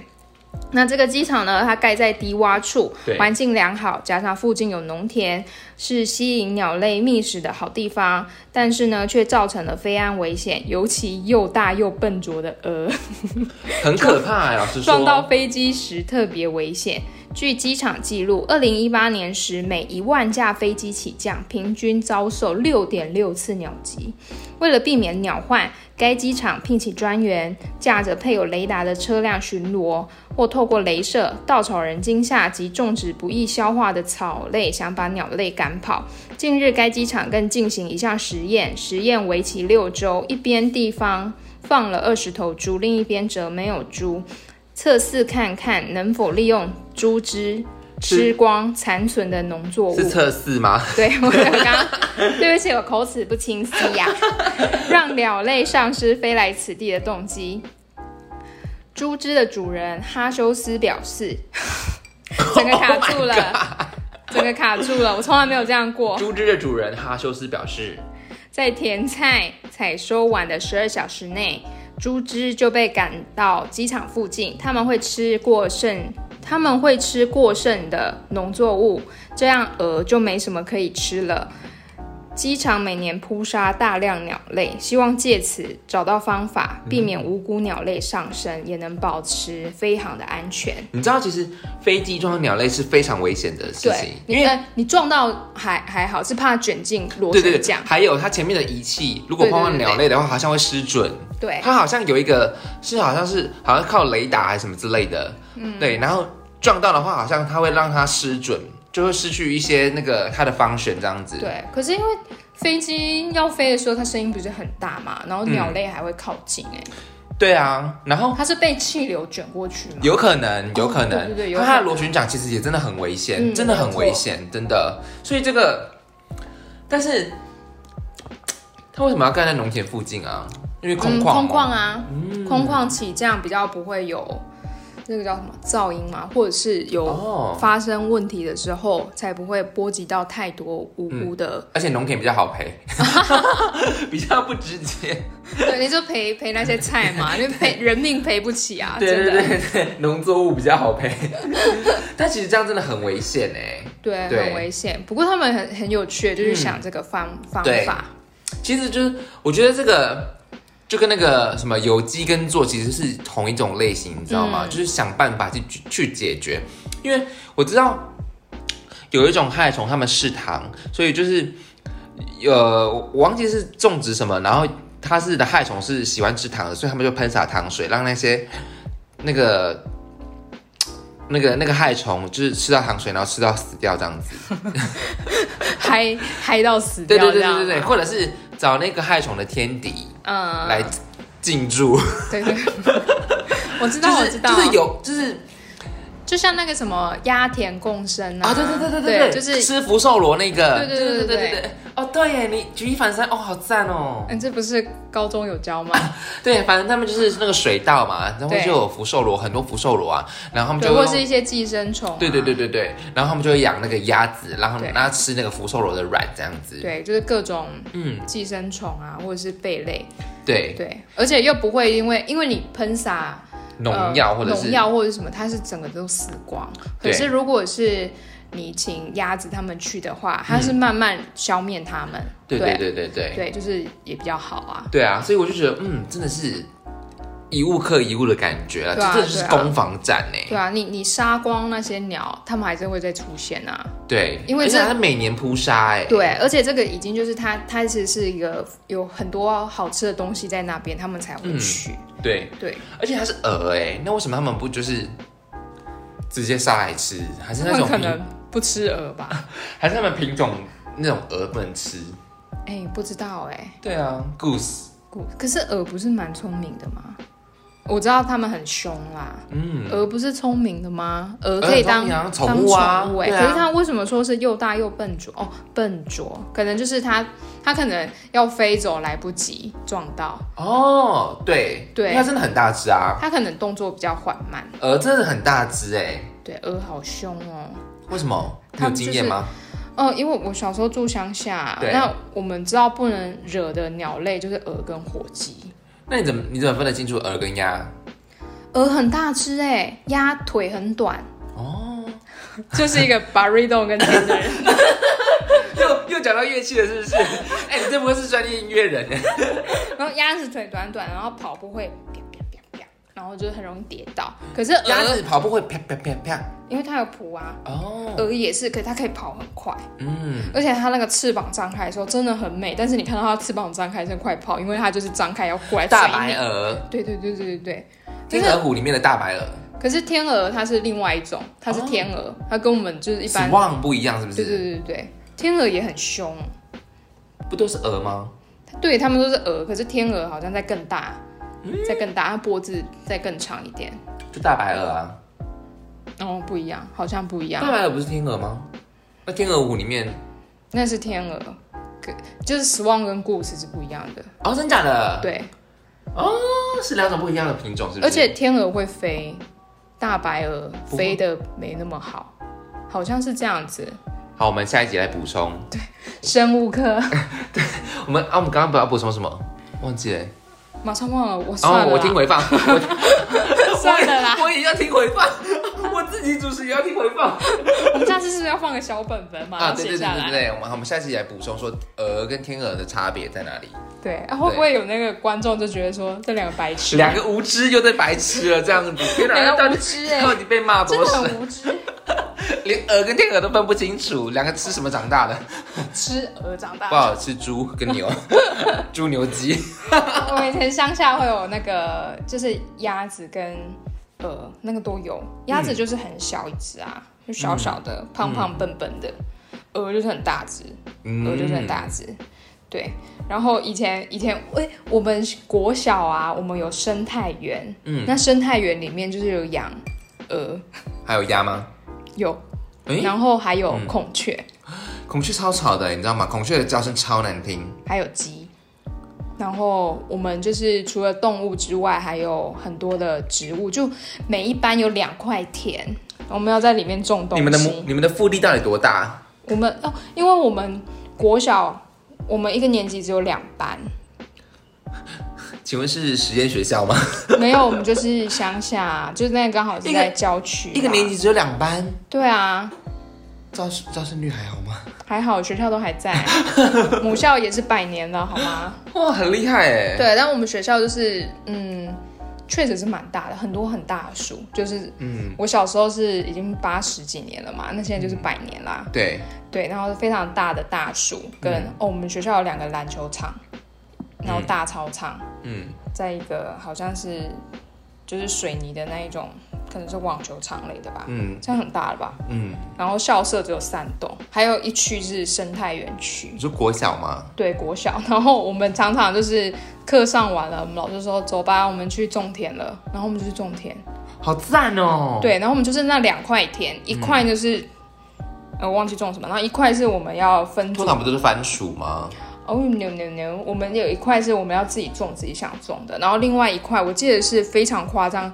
[SPEAKER 2] 那这个机场呢，它盖在低洼处
[SPEAKER 1] 对，
[SPEAKER 2] 环境良好，加上附近有农田，是吸引鸟类觅食的好地方。但是呢，却造成了飞安危险，尤其又大又笨拙的鹅。
[SPEAKER 1] 很可怕、啊。老实
[SPEAKER 2] 撞到
[SPEAKER 1] 说，
[SPEAKER 2] 飞机时特别危险。据机场记录，二零一八年时，每一万架飞机起降，平均遭受六点六次鸟击。为了避免鸟患，该机场聘请专员驾着配有雷达的车辆巡逻，或透过镭射、稻草人惊吓及种植不易消化的草类，想把鸟类赶跑。近日，该机场更进行一项实验，实验为期六周，一边地方放了二十头猪，另一边则没有猪，测试看看能否利用猪只吃光残存的农作物
[SPEAKER 1] 是。测试吗？
[SPEAKER 2] 对，我刚刚对不起，我口齿不清晰呀、让鸟类丧失飞来此地的动机。猪只的主人哈修斯表示， 整个卡住
[SPEAKER 1] Oh
[SPEAKER 2] 了整个卡住了，我从来没有这样过。
[SPEAKER 1] 猪只的主人哈修斯表示，
[SPEAKER 2] 在甜菜采收完的十二小时内，猪只就被赶到机场附近，他们会吃过剩，他们会吃过剩的农作物，这样鹅就没什么可以吃了。机场每年扑杀大量鸟类，希望借此找到方法，避免无辜鸟类上升，也能保持飞航的安全。
[SPEAKER 1] 你知道其实飞机撞到鸟类是非常危险的事
[SPEAKER 2] 对
[SPEAKER 1] 情，，
[SPEAKER 2] 你呃，你撞到还还好，是怕卷进螺
[SPEAKER 1] 对对
[SPEAKER 2] 旋
[SPEAKER 1] 对
[SPEAKER 2] 桨，。
[SPEAKER 1] 还有它前面的仪器，如果碰到
[SPEAKER 2] 对对对对
[SPEAKER 1] 鸟类的话，好像会失准。
[SPEAKER 2] 对，
[SPEAKER 1] 它好像有一个是好像是好像靠雷达还是什么之类的，
[SPEAKER 2] 嗯
[SPEAKER 1] 对，然后撞到的话，好像它会让它失准，就会失去一些那个它的方旋这样子。
[SPEAKER 2] 对，可是因为飞机要飞的时候，它声音不是很大嘛，然后鸟类还会靠近、哎、
[SPEAKER 1] 对啊，然后
[SPEAKER 2] 它是被气流卷过去嘛？
[SPEAKER 1] 有可能，有可能，
[SPEAKER 2] 哦对对对有可能
[SPEAKER 1] 它的螺旋桨其实也真的很危险，
[SPEAKER 2] 嗯
[SPEAKER 1] 真的很危险，真的。所以这个，但是它为什么要盖在农田附近啊？因为空旷嘛、嗯
[SPEAKER 2] 空旷啊，空旷起降比较不会有那个叫什么噪音嘛，或者是有
[SPEAKER 1] 哦，
[SPEAKER 2] 发生问题的时候，才不会波及到太多无
[SPEAKER 1] 嗯
[SPEAKER 2] 辜的。
[SPEAKER 1] 而且农田比较好赔， 比较不直接。
[SPEAKER 2] 对，你就赔赔那些菜 嘛，因为赔人命赔不起啊，
[SPEAKER 1] 对
[SPEAKER 2] 真
[SPEAKER 1] 对
[SPEAKER 2] 的。
[SPEAKER 1] 对对，农作物比较好赔，但其实这样真的很危险哎。
[SPEAKER 2] 对，
[SPEAKER 1] 对嗯
[SPEAKER 2] 很危险。不过他们很很有趣，就是想这个方、方
[SPEAKER 1] 对
[SPEAKER 2] 法。
[SPEAKER 1] 其实就是我觉得这个就跟那个什么有机耕作其实是同一种类型，你知道吗？
[SPEAKER 2] 嗯
[SPEAKER 1] 就是想办法去去解决，因为我知道有一种害虫，它们嗜糖，所以就是呃，我忘记是种植什么，然后它是的害虫是喜欢吃糖的，所以他们就喷洒糖水，让那些那个。那个那个害虫就是吃到糖水，然后吃到死掉这样子。
[SPEAKER 2] 嗨嗨到死
[SPEAKER 1] 对
[SPEAKER 2] 掉嗯
[SPEAKER 1] 对
[SPEAKER 2] 这
[SPEAKER 1] 对
[SPEAKER 2] 样
[SPEAKER 1] 对对对，或者是找那个害虫的天敌，
[SPEAKER 2] 嗯，
[SPEAKER 1] 来进 驻，
[SPEAKER 2] 对对，我知
[SPEAKER 1] 就
[SPEAKER 2] 道，我
[SPEAKER 1] 是
[SPEAKER 2] 知道，
[SPEAKER 1] 就是有就是
[SPEAKER 2] 就像那个什么鸭田共生啊，
[SPEAKER 1] 啊，对对对
[SPEAKER 2] 对
[SPEAKER 1] 对对，
[SPEAKER 2] 就是，
[SPEAKER 1] 吃福寿螺那个，
[SPEAKER 2] 对对对对对
[SPEAKER 1] 对，哦对耶，你举一反三，哦好赞哦，
[SPEAKER 2] 嗯，这不是高中有 教吗？
[SPEAKER 1] 对，反正他们就是那个水稻嘛，然后
[SPEAKER 2] 对
[SPEAKER 1] 就有福寿螺，很多福寿螺啊，然后他们
[SPEAKER 2] 对，
[SPEAKER 1] 就
[SPEAKER 2] 或
[SPEAKER 1] 会
[SPEAKER 2] 是一些寄生虫、啊，
[SPEAKER 1] 对对对对对，然后他们就会养那个鸭子，然后
[SPEAKER 2] 对
[SPEAKER 1] 让它吃那个福寿螺的卵这样子，
[SPEAKER 2] 对，就是各种
[SPEAKER 1] 嗯
[SPEAKER 2] 寄生虫啊，或者是贝类，
[SPEAKER 1] 对，
[SPEAKER 2] 对，而且又不会因为因为你喷洒
[SPEAKER 1] 农药
[SPEAKER 2] 呃
[SPEAKER 1] 或者是
[SPEAKER 2] 农药或者什么，它是整个都死光。可
[SPEAKER 1] 对
[SPEAKER 2] 是如果是你请鸭子他们去的话，它是慢慢消灭他们。
[SPEAKER 1] 嗯对
[SPEAKER 2] 对
[SPEAKER 1] 对对对对
[SPEAKER 2] 对，就是也比较好啊。
[SPEAKER 1] 对啊，所以我就觉得，嗯，真的是一物克一物的感觉啊，
[SPEAKER 2] 对啊
[SPEAKER 1] 这真的就是
[SPEAKER 2] 对啊
[SPEAKER 1] 攻防战呢、
[SPEAKER 2] 对啊，你你杀光那些鸟，它们还是会再出现啊。
[SPEAKER 1] 对，
[SPEAKER 2] 因为
[SPEAKER 1] 而且
[SPEAKER 2] 这
[SPEAKER 1] 它每年扑杀哎，
[SPEAKER 2] 对，而且这个已经就是它，它其实是一个有很多好吃的东西在那边，他们才会去。
[SPEAKER 1] 对，
[SPEAKER 2] 对，
[SPEAKER 1] 而且它嗯是鹅哎、那为什么他们不就是直接杀来吃？还是
[SPEAKER 2] 他
[SPEAKER 1] 那
[SPEAKER 2] 们
[SPEAKER 1] 种
[SPEAKER 2] 可
[SPEAKER 1] 品，
[SPEAKER 2] 能不吃鹅 吧？
[SPEAKER 1] 还是他们品种那种鹅不能吃？
[SPEAKER 2] 哎、不知道哎、
[SPEAKER 1] 对啊，goose，
[SPEAKER 2] 古可是鹅不是蛮聪明的吗？我知道他们很凶啦，嗯，鹅不是聪明的吗？鹅可以当
[SPEAKER 1] 鹅很聪明啊
[SPEAKER 2] 当
[SPEAKER 1] 宠物啊
[SPEAKER 2] 宠物哎、
[SPEAKER 1] 对啊
[SPEAKER 2] 可是它为什么说是又大又笨拙？哦，笨拙，可能就是它它可能要飞走来不及撞到，
[SPEAKER 1] 哦，对，
[SPEAKER 2] 对
[SPEAKER 1] 因为它真的很大只啊，
[SPEAKER 2] 它可能动作比较缓慢。
[SPEAKER 1] 鹅真的很大只哎、
[SPEAKER 2] 对，鹅好凶哦。
[SPEAKER 1] 为什么？你
[SPEAKER 2] 它
[SPEAKER 1] 有
[SPEAKER 2] 们
[SPEAKER 1] 经验吗？
[SPEAKER 2] 哦，因为我小时候住乡下，
[SPEAKER 1] 对
[SPEAKER 2] 那我们知道不能惹的鸟类就是鹅跟火鸡。
[SPEAKER 1] 那你怎么你怎么分得清楚鹅跟鸭？
[SPEAKER 2] 鹅很大只哎、鸭腿很短哦， 就是一个 burrito 跟 tender。
[SPEAKER 1] 又又讲到乐器了，是不是？ 哎、你这不会是专业音乐人哎？
[SPEAKER 2] 然后鸭子腿短短，然后跑步会啪啪啪啪，然后就很容易跌倒。可是
[SPEAKER 1] 鸭
[SPEAKER 2] 鹅
[SPEAKER 1] 子跑步会啪啪啪啪
[SPEAKER 2] 因为它有蹼啊，
[SPEAKER 1] 哦，
[SPEAKER 2] 鹅也是，可是它可以跑很快，
[SPEAKER 1] 嗯，
[SPEAKER 2] 而且它那个翅膀张开的时候真的很美。但是你看到它翅膀张开真的快跑，因为它就是张开要过来追
[SPEAKER 1] 大白
[SPEAKER 2] 你。
[SPEAKER 1] 鹅，
[SPEAKER 2] 对对对对对对。
[SPEAKER 1] 天鹅湖里面的大白鹅，
[SPEAKER 2] 可是天鹅它是另外一种，它
[SPEAKER 1] 哦
[SPEAKER 2] 是天鹅，它跟我们就是一
[SPEAKER 1] 死
[SPEAKER 2] 般，
[SPEAKER 1] 旺不一样是不
[SPEAKER 2] 对对
[SPEAKER 1] 是？
[SPEAKER 2] 对对对，天鹅也很凶，
[SPEAKER 1] 不都是鹅吗？
[SPEAKER 2] 对它们都是鹅，可是天鹅好像在更大，
[SPEAKER 1] 嗯
[SPEAKER 2] 在更大，它脖子再更长一点，
[SPEAKER 1] 就大白鹅啊，
[SPEAKER 2] 哦，不一样，好像不一
[SPEAKER 1] 大
[SPEAKER 2] 样，
[SPEAKER 1] 白鹅不是天鹅吗？那天鹅湖里面，
[SPEAKER 2] 那是天鹅，可就是 swan 跟 goose 是不一样的，
[SPEAKER 1] 哦，真假的？
[SPEAKER 2] 对，
[SPEAKER 1] 哦，是两种不一样的品种，是不是？
[SPEAKER 2] 而且天鹅会飞，大白鹅
[SPEAKER 1] 不会
[SPEAKER 2] 飞的没那么好，好像是这样子，
[SPEAKER 1] 好，我们下一集来补充。
[SPEAKER 2] 生物课
[SPEAKER 1] 我们啊，我们刚刚不要补充什么？忘记了。
[SPEAKER 2] 马上忘了，我
[SPEAKER 1] 然
[SPEAKER 2] 算了
[SPEAKER 1] 后哦
[SPEAKER 2] 啦，
[SPEAKER 1] 我听回放，我。
[SPEAKER 2] 算了啦
[SPEAKER 1] 我也要听回放，我自己主持也要听回放。
[SPEAKER 2] 我们下次是不是要放个小本本，马
[SPEAKER 1] 啊，
[SPEAKER 2] 上
[SPEAKER 1] 对
[SPEAKER 2] 写
[SPEAKER 1] 对对
[SPEAKER 2] 下
[SPEAKER 1] 对
[SPEAKER 2] 来？
[SPEAKER 1] 对，我们好我们下期来补充说鹅跟天鹅的差别在哪里？
[SPEAKER 2] 对啊，会不会有那个观众就觉得说这两个白痴，
[SPEAKER 1] 两个无知又在白痴了，这样子，天哪，
[SPEAKER 2] 两
[SPEAKER 1] 那
[SPEAKER 2] 个
[SPEAKER 1] 到
[SPEAKER 2] 无
[SPEAKER 1] 底
[SPEAKER 2] 知哎、
[SPEAKER 1] 到底被骂
[SPEAKER 2] 真
[SPEAKER 1] 多
[SPEAKER 2] 的
[SPEAKER 1] 少？
[SPEAKER 2] 很无知，
[SPEAKER 1] 连鹅跟天鹅都分不清楚，两个吃什么长大的？
[SPEAKER 2] 吃鹅长
[SPEAKER 1] 不
[SPEAKER 2] 大。
[SPEAKER 1] 好吃猪跟 牛，猪牛鸡。
[SPEAKER 2] 我们以前乡下会有那个，就是鸭子跟鹅那个都有，鸭
[SPEAKER 1] 嗯
[SPEAKER 2] 子就是很小一只啊，就小小的、胖胖笨笨的，
[SPEAKER 1] 嗯
[SPEAKER 2] 鹅就是很大只，鹅就是很大只。对，然后以前以前，喂、我们国小啊，我们有生态园，嗯，那生态园里面就是有养鹅，
[SPEAKER 1] 嗯还有鸭吗？
[SPEAKER 2] 有，
[SPEAKER 1] 诶
[SPEAKER 2] 然后还有孔雀，
[SPEAKER 1] 孔雀超吵的，你知道吗？孔雀的叫声超难听。
[SPEAKER 2] 还有鸡。然后我们就是除了动物之外，还有很多的植物，就每一班有两块田，我们要在里面种东
[SPEAKER 1] 你
[SPEAKER 2] 西。
[SPEAKER 1] 们的母你们的腹地到底多大？
[SPEAKER 2] 我们哦，因为我们国小，我们一个年级只有两班，
[SPEAKER 1] 请问是实验学校吗？
[SPEAKER 2] 没有，我们就是乡下，就是那个刚好是在郊区、 啊
[SPEAKER 1] 一个年。级只有两班，
[SPEAKER 2] 对啊，
[SPEAKER 1] 招生招生率还好吗？
[SPEAKER 2] 还好学校都还 在，母校也是百年了，好吗？
[SPEAKER 1] 哇，很厉害哎！
[SPEAKER 2] 对，但我们学校就是，嗯，确实是蛮大的，很多很大的树，就是，嗯，我小时候是已经八十几年了嘛，那现在就是百年啦，
[SPEAKER 1] 对，
[SPEAKER 2] 对，然后是非常大的大树，跟、哦，我们学校有两个篮球场，然后大操场，
[SPEAKER 1] 嗯，
[SPEAKER 2] 在一个好像是就是水泥的那一种，可能是网球场类的吧，
[SPEAKER 1] 嗯
[SPEAKER 2] 这样很大了吧，
[SPEAKER 1] 嗯，
[SPEAKER 2] 然后校舍只有三栋，还有一区是生态园区
[SPEAKER 1] 你，说国小吗？
[SPEAKER 2] 对国小，然后我们常常就是课上完了，我们老师说走吧，我们去种田了，然后我们就去种田，
[SPEAKER 1] 好赞哦！
[SPEAKER 2] 对，然后我们就是那两块田，一块就是、呃我忘记种什么，然后一块是我们要分
[SPEAKER 1] 通
[SPEAKER 2] 组，
[SPEAKER 1] 常不都是番薯吗？
[SPEAKER 2] 哦牛牛牛，我们有一块是我们要自己种自己想种的，然后另外一块我记得是非常夸张，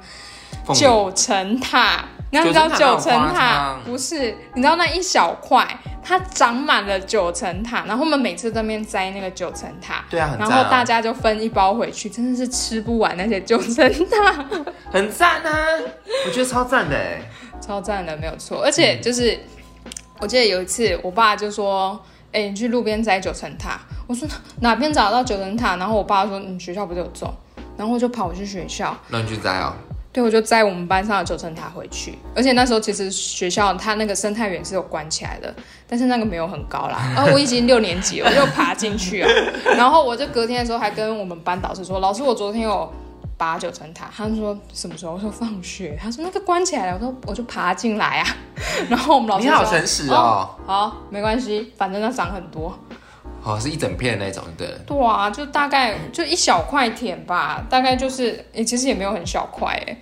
[SPEAKER 1] 凤梨
[SPEAKER 2] 九层塔。那你知道九
[SPEAKER 1] 九层
[SPEAKER 2] 层
[SPEAKER 1] 塔哪有夸
[SPEAKER 2] 塔
[SPEAKER 1] 张
[SPEAKER 2] 不是？你知道那一小块，它长满了九层塔，然后我们每次在那边摘那个九层塔，
[SPEAKER 1] 对啊，很
[SPEAKER 2] 然
[SPEAKER 1] 赞、
[SPEAKER 2] 后大
[SPEAKER 1] 啊，
[SPEAKER 2] 家就分一包回去，真的是吃不完那些九层塔，
[SPEAKER 1] 很赞啊！我觉得超赞的哎。嗯
[SPEAKER 2] 超赞的，没有错。而且就是、我记得有一次，我爸就说：“哎、你去路边摘九层塔。”我说：“哪边找到九层塔？”然后我爸说：“嗯你学校不是有种？”然后我就跑回去学校，
[SPEAKER 1] 乱去摘哦。
[SPEAKER 2] 对，我就摘我们班上的九层塔回去。而且那时候其实学校它那个生态园是有关起来的，但是那个没有很高啦。然后我已经六年级了，我就爬进去啊。然后我就隔天的时候还跟我们班导师说：“老师，我昨天有拔九层塔。”他们说：“什么时候？”我说：“放学。”他说：“那个关起来了。”我说：“我就爬进来啊。” 然后我们老师
[SPEAKER 1] 你好
[SPEAKER 2] 说
[SPEAKER 1] 诚实哦，
[SPEAKER 2] 好，没关系，反正那长很多。
[SPEAKER 1] 哦，是一整片的那种，对了。
[SPEAKER 2] 对啊，就大概就一小块田吧，大概就是，诶、其实也没有很小块，诶，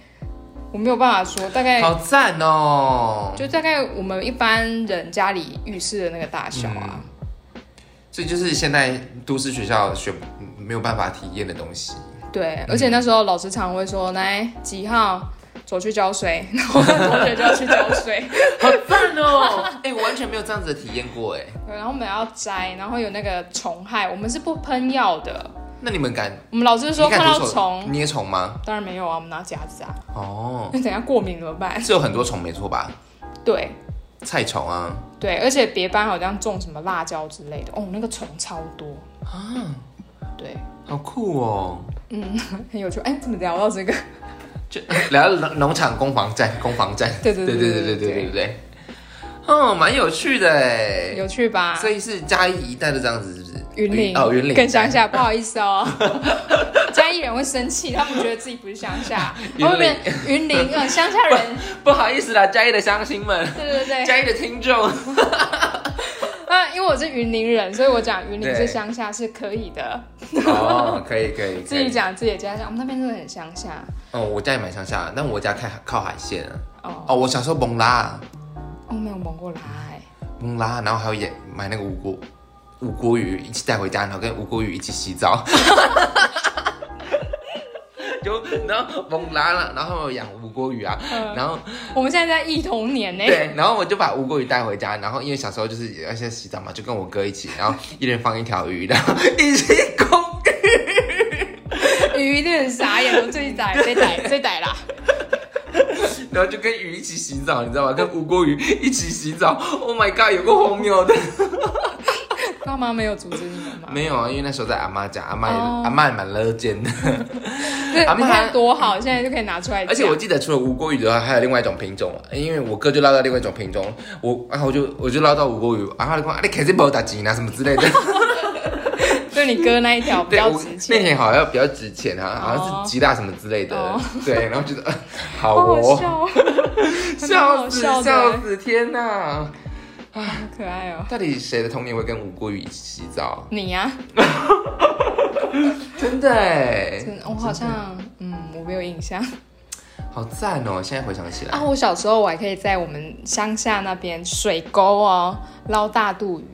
[SPEAKER 2] 我没有办法说，大概
[SPEAKER 1] 好赞哦！
[SPEAKER 2] 就大概我们一般人家里浴室的那个大小啊。
[SPEAKER 1] 所以就是现在都市学校学没有办法体验的东西，嗯
[SPEAKER 2] 对，而且那时候老师常会说，来几号走去浇水， 然后同学就要去浇水，
[SPEAKER 1] 好赞哦！ 哎、我完全没有这样子的体验过哎。
[SPEAKER 2] 对，然后我们要摘，然后有那个虫害，我们是不喷药的。
[SPEAKER 1] 那你们敢？
[SPEAKER 2] 我们老师说
[SPEAKER 1] 你敢
[SPEAKER 2] 看到
[SPEAKER 1] 徒手
[SPEAKER 2] 虫，
[SPEAKER 1] 捏虫吗？
[SPEAKER 2] 当然没有啊，我们拿夹子啊，
[SPEAKER 1] 哦，
[SPEAKER 2] 那等一下过敏怎么办？
[SPEAKER 1] 是有很多虫没错吧？
[SPEAKER 2] 对，
[SPEAKER 1] 菜虫啊，
[SPEAKER 2] 对，而且别班好像种什么辣椒之类的，哦，那个虫超多啊。对，
[SPEAKER 1] 好酷哦！
[SPEAKER 2] 很有趣。哎，怎么聊到这个？
[SPEAKER 1] 就 聊农农场攻防战，攻防战，
[SPEAKER 2] 对对
[SPEAKER 1] 对对
[SPEAKER 2] 对
[SPEAKER 1] 对对
[SPEAKER 2] 对
[SPEAKER 1] 对对对。哦，蛮有趣的哎。
[SPEAKER 2] 有趣吧
[SPEAKER 1] 所？以是嘉义一带就这样子，是不是？
[SPEAKER 2] 啊云林
[SPEAKER 1] 哦，云林
[SPEAKER 2] 跟乡下，不好意思 哦，嘉义人会生气，他们觉得自己不是乡下，
[SPEAKER 1] 云林
[SPEAKER 2] 后面云林嗯，乡下 人，
[SPEAKER 1] 不好意思啦，嘉义的乡亲们，
[SPEAKER 2] 对 对对，
[SPEAKER 1] 嘉义的听众。
[SPEAKER 2] 那因为我是云林人，所以我讲云林
[SPEAKER 1] 对
[SPEAKER 2] 是乡下是可以的，
[SPEAKER 1] 哦，可以可以，可以
[SPEAKER 2] 自己。讲自己的家乡，我们哦那边真的很乡下
[SPEAKER 1] 哦，我家也蛮乡下，但我家靠靠海线啊。
[SPEAKER 2] 哦，
[SPEAKER 1] 哦，我小时候蒙拉，
[SPEAKER 2] 我没有蒙过哎来，
[SPEAKER 1] 蒙拉，然后还有也买那个五锅五锅鱼一起带回家，然后跟五锅鱼一起洗澡。 就然后蒙拉了，然后有养五锅鱼啊，
[SPEAKER 2] 嗯
[SPEAKER 1] 然后
[SPEAKER 2] 我们现在在忆童年呢，
[SPEAKER 1] 对，然后我就把乌龟鱼带回家，然后因为小时候就是要先洗澡嘛，就跟我哥一起，然后一人放一条鱼，然后一起 攻。
[SPEAKER 2] 鱼一定很傻眼，我最歹最歹最歹啦。
[SPEAKER 1] 然后就跟鱼一起洗澡，你知道吗？跟乌龟鱼一起洗澡，Oh my god，有个荒谬的。
[SPEAKER 2] 爸妈没有阻止你们吗？
[SPEAKER 1] 没有啊，因为那时候在阿妈家，阿妈也、
[SPEAKER 2] 哦
[SPEAKER 1] 阿妈也蛮乐见的，
[SPEAKER 2] 对
[SPEAKER 1] 阿，嬷
[SPEAKER 2] 你看多好，现在就可以拿出来讲。
[SPEAKER 1] 而且我记得除了乌龟鱼的话，还有另外一种品种，因为我哥就捞到另外一种品种，我然后我就我就捞到乌龟鱼，然后他就说啊你肯定不打金啊什么之类的。
[SPEAKER 2] 对你哥那一条比
[SPEAKER 1] 对，
[SPEAKER 2] 较
[SPEAKER 1] 我
[SPEAKER 2] 值
[SPEAKER 1] 那
[SPEAKER 2] 钱，
[SPEAKER 1] 天好像比较值钱啊，好
[SPEAKER 2] 哦
[SPEAKER 1] 像是吉大什么之类的，
[SPEAKER 2] 哦
[SPEAKER 1] 对，然后觉得呃好
[SPEAKER 2] 好好
[SPEAKER 1] 哦，
[SPEAKER 2] 笑
[SPEAKER 1] 笑
[SPEAKER 2] 哦，
[SPEAKER 1] 死
[SPEAKER 2] 蛮好笑的
[SPEAKER 1] 笑死，天哪！
[SPEAKER 2] 好可爱哦。
[SPEAKER 1] 到底谁的童年会跟吴郭宇一起洗澡？
[SPEAKER 2] 你呀、
[SPEAKER 1] 真的哎，
[SPEAKER 2] 真我好像嗯，我没有印象
[SPEAKER 1] 好赞哦！现在回想起来
[SPEAKER 2] 啊。，我小时候我还可以在我们乡下那边水沟哦捞大肚鱼，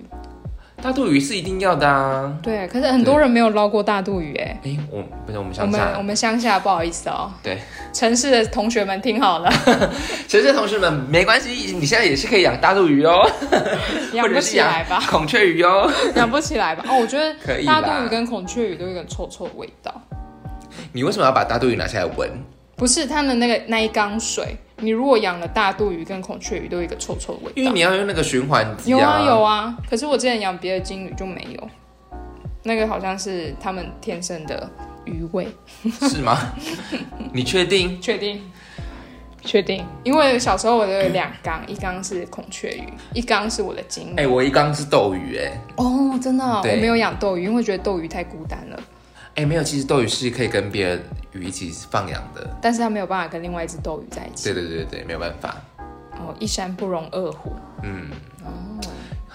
[SPEAKER 1] 大肚鱼是一定要的啊。
[SPEAKER 2] 对，可是很多人没有捞过大肚鱼哎。
[SPEAKER 1] 哎，我不是我们
[SPEAKER 2] 我
[SPEAKER 1] 乡
[SPEAKER 2] 们我
[SPEAKER 1] 下，
[SPEAKER 2] 们乡下不好意思哦，
[SPEAKER 1] 对，
[SPEAKER 2] 城市的同学们听好了，
[SPEAKER 1] 其实同学们没关系，你现在也是可以养大肚鱼 哦，
[SPEAKER 2] 养
[SPEAKER 1] 或
[SPEAKER 2] 不
[SPEAKER 1] 者是
[SPEAKER 2] 起来吧
[SPEAKER 1] 养？孔雀鱼哦。
[SPEAKER 2] 养不起来吧？哦，我觉得
[SPEAKER 1] 可以啦
[SPEAKER 2] 大肚鱼跟孔雀鱼都有一个臭臭的味道。
[SPEAKER 1] 你为什么要把大肚鱼拿下来闻？
[SPEAKER 2] 不是它的那个那一缸水，你如果养了大肚鱼跟孔雀鱼，都有一个臭臭的味
[SPEAKER 1] 因为
[SPEAKER 2] 道。
[SPEAKER 1] 你要用那个循环机
[SPEAKER 2] 有啊有啊，可是我之前养别的金鱼就没有，那个好像是它们天生的鱼味。
[SPEAKER 1] 是吗？ 你确定？
[SPEAKER 2] 确定？确定？因为小时候我都有两缸，一缸是孔雀鱼，一缸是我的金鱼。
[SPEAKER 1] 哎、我一缸是斗鱼、哎，
[SPEAKER 2] 哦，真的哦、
[SPEAKER 1] 对
[SPEAKER 2] 我没有养斗鱼，因为觉得斗鱼太孤单了，
[SPEAKER 1] 哎，没有，其实斗鱼是可以跟别的鱼一起放养的。
[SPEAKER 2] 但是它没有办法跟另外一只斗鱼在一起。
[SPEAKER 1] 对对对对，没有办法。
[SPEAKER 2] 哦，一山不容二虎。
[SPEAKER 1] 嗯。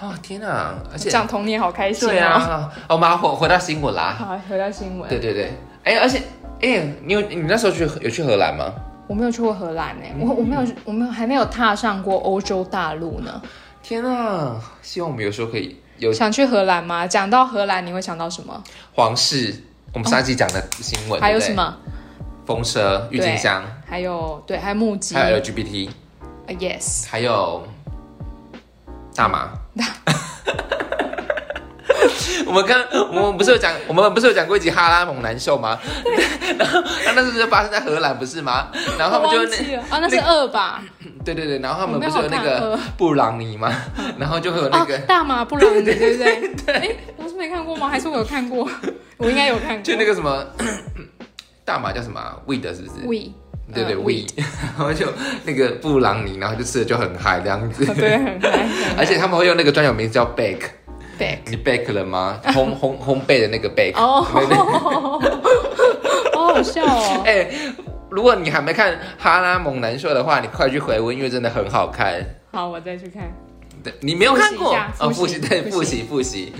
[SPEAKER 1] 哦，天哪！而且
[SPEAKER 2] 讲童年好开心、哦。
[SPEAKER 1] 对，啊，哦，妈，回回到新闻啦。
[SPEAKER 2] 好，回到新闻。
[SPEAKER 1] 对对对，哎，而且哎，你有你那时候去有去荷兰吗？
[SPEAKER 2] 我没有去过荷兰
[SPEAKER 1] 嗯
[SPEAKER 2] 呢、我我没有我没有还没有踏上过欧洲大陆呢。
[SPEAKER 1] 天
[SPEAKER 2] 啊
[SPEAKER 1] 哪！希望我们有时候可以有
[SPEAKER 2] 想去荷兰吗？讲到荷兰，你会想到什么？
[SPEAKER 1] 皇室。我们上一集讲的新闻，
[SPEAKER 2] 哦还有
[SPEAKER 1] 对
[SPEAKER 2] 什
[SPEAKER 1] 不对？
[SPEAKER 2] 么？
[SPEAKER 1] 风车、郁金香，
[SPEAKER 2] 还有对，还有木屐。
[SPEAKER 1] 还有 LGBT，
[SPEAKER 2] 呃 yes，
[SPEAKER 1] 还有大麻。 我们刚我们不是有讲，我们不是有讲过一集哈拉猛男秀吗？ 然后那那是不是发生在荷兰不是吗？然后他们
[SPEAKER 2] 我
[SPEAKER 1] 就
[SPEAKER 2] 忘哦
[SPEAKER 1] 那
[SPEAKER 2] 记了啊，那是二吧？
[SPEAKER 1] 对对对，然后他们
[SPEAKER 2] 我没
[SPEAKER 1] 不
[SPEAKER 2] 有
[SPEAKER 1] 是有那
[SPEAKER 2] 看
[SPEAKER 1] 个
[SPEAKER 2] 呃
[SPEAKER 1] 布朗尼吗？然后就会有 那个
[SPEAKER 2] 哦，大马布 朗尼，对不对？对，我是没看过吗？还是我有看过？ 我应该有看过。
[SPEAKER 1] 就那个什么 大麻叫什么啊 weed 是不是？
[SPEAKER 2] We，
[SPEAKER 1] 对对
[SPEAKER 2] 呃
[SPEAKER 1] weed，然 后就那个布朗尼，然后就吃的就很嗨这样子。
[SPEAKER 2] 哦对，很嗨，很
[SPEAKER 1] 而且他们会用那个专有名字叫 bake，
[SPEAKER 2] back。
[SPEAKER 1] 你 bake 了吗？烘烘烘焙的那个 bake。
[SPEAKER 2] 哦，
[SPEAKER 1] 对对
[SPEAKER 2] 好 好笑哦！
[SPEAKER 1] 哎、如果你还没看《哈拉猛男秀》的话，你快去回温，因为真的很好看。
[SPEAKER 2] 好，我再去看。
[SPEAKER 1] 对，你没有看
[SPEAKER 2] 复习一
[SPEAKER 1] 过
[SPEAKER 2] 下
[SPEAKER 1] 哦，
[SPEAKER 2] 复
[SPEAKER 1] 复
[SPEAKER 2] 习
[SPEAKER 1] 习对，
[SPEAKER 2] 复习
[SPEAKER 1] 复习复习。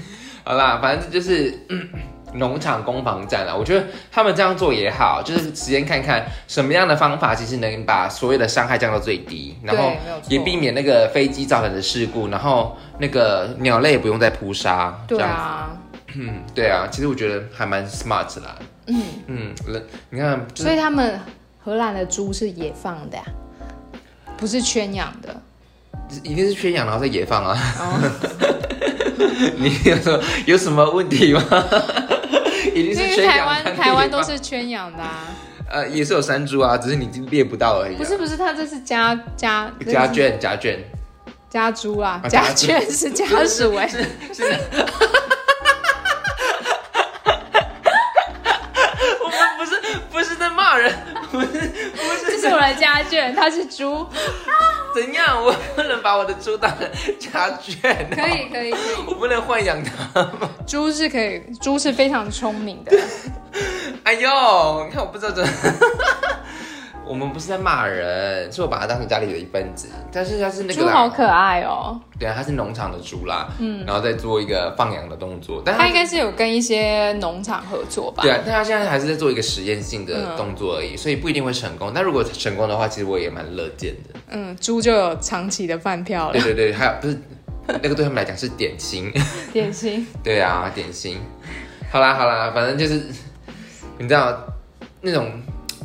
[SPEAKER 1] 好啦，反正就是嗯农场攻防战啦。我觉得他们这样做也好，就是实验看看什么样的方法其实能把所有的伤害降到最低，然后
[SPEAKER 2] 对没有错
[SPEAKER 1] 也避免那个飞机造成的事故，然后那个鸟类也不用再扑杀。
[SPEAKER 2] 对
[SPEAKER 1] 这样子，
[SPEAKER 2] 啊，
[SPEAKER 1] 嗯，对啊，其实我觉得还蛮 smart 啦。嗯嗯，人你看，就是
[SPEAKER 2] 所以他们荷兰的猪是野放的、啊，不是圈养的。
[SPEAKER 1] 一定是圈养，然后再野放啊。
[SPEAKER 2] 哦，
[SPEAKER 1] 你有什么有什么问题吗？ 一定
[SPEAKER 2] 因
[SPEAKER 1] 是
[SPEAKER 2] 为
[SPEAKER 1] 圈养， 但
[SPEAKER 2] 台湾
[SPEAKER 1] 是
[SPEAKER 2] 台湾
[SPEAKER 1] 野放
[SPEAKER 2] 都是圈养的啊，
[SPEAKER 1] 呃，也是有山猪啊，只是你猎不到而已、啊。
[SPEAKER 2] 不是不是，他这是家家
[SPEAKER 1] 家圈家圈，
[SPEAKER 2] 家猪啊，
[SPEAKER 1] 啊
[SPEAKER 2] 家
[SPEAKER 1] 家
[SPEAKER 2] 圈是家属哎、
[SPEAKER 1] 我们不是不是在骂人， 不是不
[SPEAKER 2] 这
[SPEAKER 1] 是
[SPEAKER 2] 是我的家圈，它 是猪，
[SPEAKER 1] 怎样，我不能把我的猪当成家圈、
[SPEAKER 2] 可以，可以可以，
[SPEAKER 1] 我不能豢养它。
[SPEAKER 2] 猪是可以，猪是非常聪明的，
[SPEAKER 1] 哎呦，你看我不知道怎么。 我们不是在骂人，是我把它当成家里的一份子，但是它是那个
[SPEAKER 2] 猪
[SPEAKER 1] 啦
[SPEAKER 2] 好可爱哦、
[SPEAKER 1] 对啊，它是农场的猪啦，嗯，然后再做一个放养的动作，但
[SPEAKER 2] 它
[SPEAKER 1] 它
[SPEAKER 2] 应该是有跟一些农场合作
[SPEAKER 1] 啊
[SPEAKER 2] 吧？
[SPEAKER 1] 对啊，但他现在还是在做一个实验性
[SPEAKER 2] 嗯
[SPEAKER 1] 的动作而已，所以不一定会成功。但如果成功的话，其实我也蛮乐见的。
[SPEAKER 2] 嗯，猪就有长期的饭票了
[SPEAKER 1] 对，对对，还有不是那个对他们来讲是点 心，
[SPEAKER 2] 点心。
[SPEAKER 1] 对啊，点心。好啦好啦，反正就是你知道那种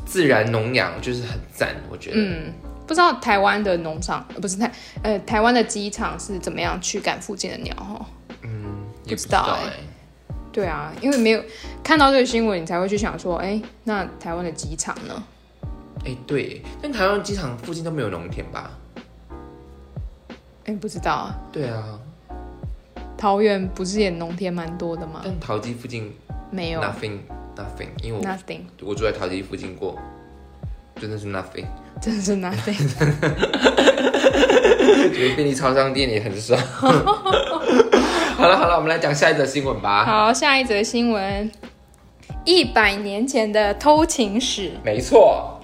[SPEAKER 1] 自然农养就是很赞，我觉得。
[SPEAKER 2] 嗯，不知道台湾的农场呃不是台呃台湾的机场是怎么样驱赶附近的鸟哈？
[SPEAKER 1] 也
[SPEAKER 2] 不知道欸
[SPEAKER 1] 哎、
[SPEAKER 2] 对啊，因为没有看到这个新闻，你才会去想说，哎、那台湾的机场呢？
[SPEAKER 1] 哎、对，但台湾机场附近都没有农田吧？
[SPEAKER 2] 哎、不知道啊，
[SPEAKER 1] 对啊，
[SPEAKER 2] 桃园不是也农田蛮多的吗？
[SPEAKER 1] 但桃机附近
[SPEAKER 2] 嗯没有啊
[SPEAKER 1] nothing nothing，因为
[SPEAKER 2] ，nothing，
[SPEAKER 1] 我我住在桃机附近过，真的是 nothing。
[SPEAKER 2] 真的是 nothing。
[SPEAKER 1] 觉得便利超商店也很 爽。好了好了，我们来讲下一则新闻吧。
[SPEAKER 2] 好，下一则新闻，一百年前的偷情史。
[SPEAKER 1] 没错，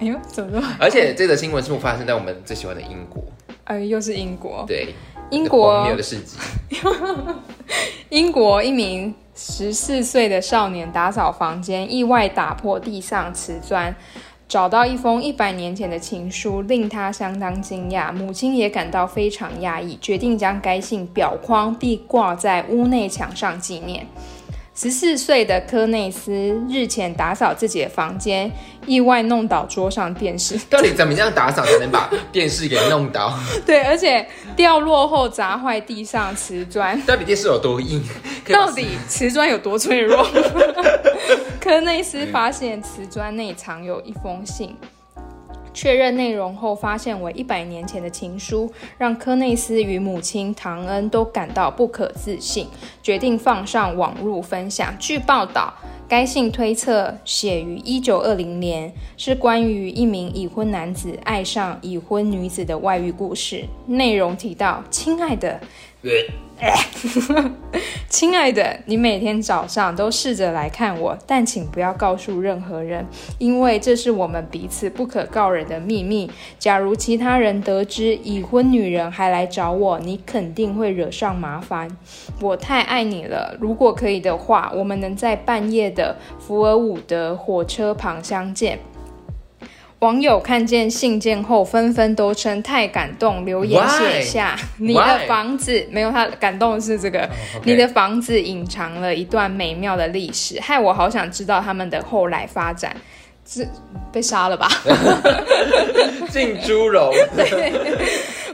[SPEAKER 2] 哎呦，怎么这么？
[SPEAKER 1] 而且这则新闻是不发生在我们最喜欢的英国，
[SPEAKER 2] 哎，又是英国，
[SPEAKER 1] 对，
[SPEAKER 2] 英
[SPEAKER 1] 荒
[SPEAKER 2] 国
[SPEAKER 1] 谬的事 迹。
[SPEAKER 2] 英国一名十四岁的少年打扫房间，意外打破地上瓷砖，找到一封一百年前的情书，令他相当惊讶。母亲也感到非常讶异，决定将该信裱框并挂在屋内墙上纪念。十四岁的科内斯日前打扫自己的房间，意外弄倒桌上电视，
[SPEAKER 1] 到底怎么样打扫才能把电视给弄倒？
[SPEAKER 2] 对，而且掉落后砸坏地上瓷砖。
[SPEAKER 1] 到底电视有多硬？可以把
[SPEAKER 2] 到底瓷砖有多脆弱？科内斯发现瓷砖内藏有一封信，确认内容后发现为一百年前的情书，让科内斯与母亲唐恩都感到不可置信，决定放上网络分享。据报道。该信推测写于一九二零年，是关于一名已婚男子爱上已婚女子的外遇故事。内容提到：“亲爱的，
[SPEAKER 1] 对
[SPEAKER 2] 亲爱的，你每天早上都试着来看我，但请不要告诉任何人，因为这是我们彼此不可告人的秘密。假如其他人得知已婚女人还来找我，你肯定会惹上麻烦。我太爱你了，如果可以的话，我们能在半夜的福尔伍德火车旁相见。网友看见信件后，纷纷都称太感动，留言写
[SPEAKER 1] Why？
[SPEAKER 2] 下你的
[SPEAKER 1] Why？
[SPEAKER 2] 房子没有他感动的是这个。
[SPEAKER 1] OK
[SPEAKER 2] 你的房子隐藏了一段美妙的历史，害我好想知道他们的后来发展。这被杀了吧？
[SPEAKER 1] 进猪肉，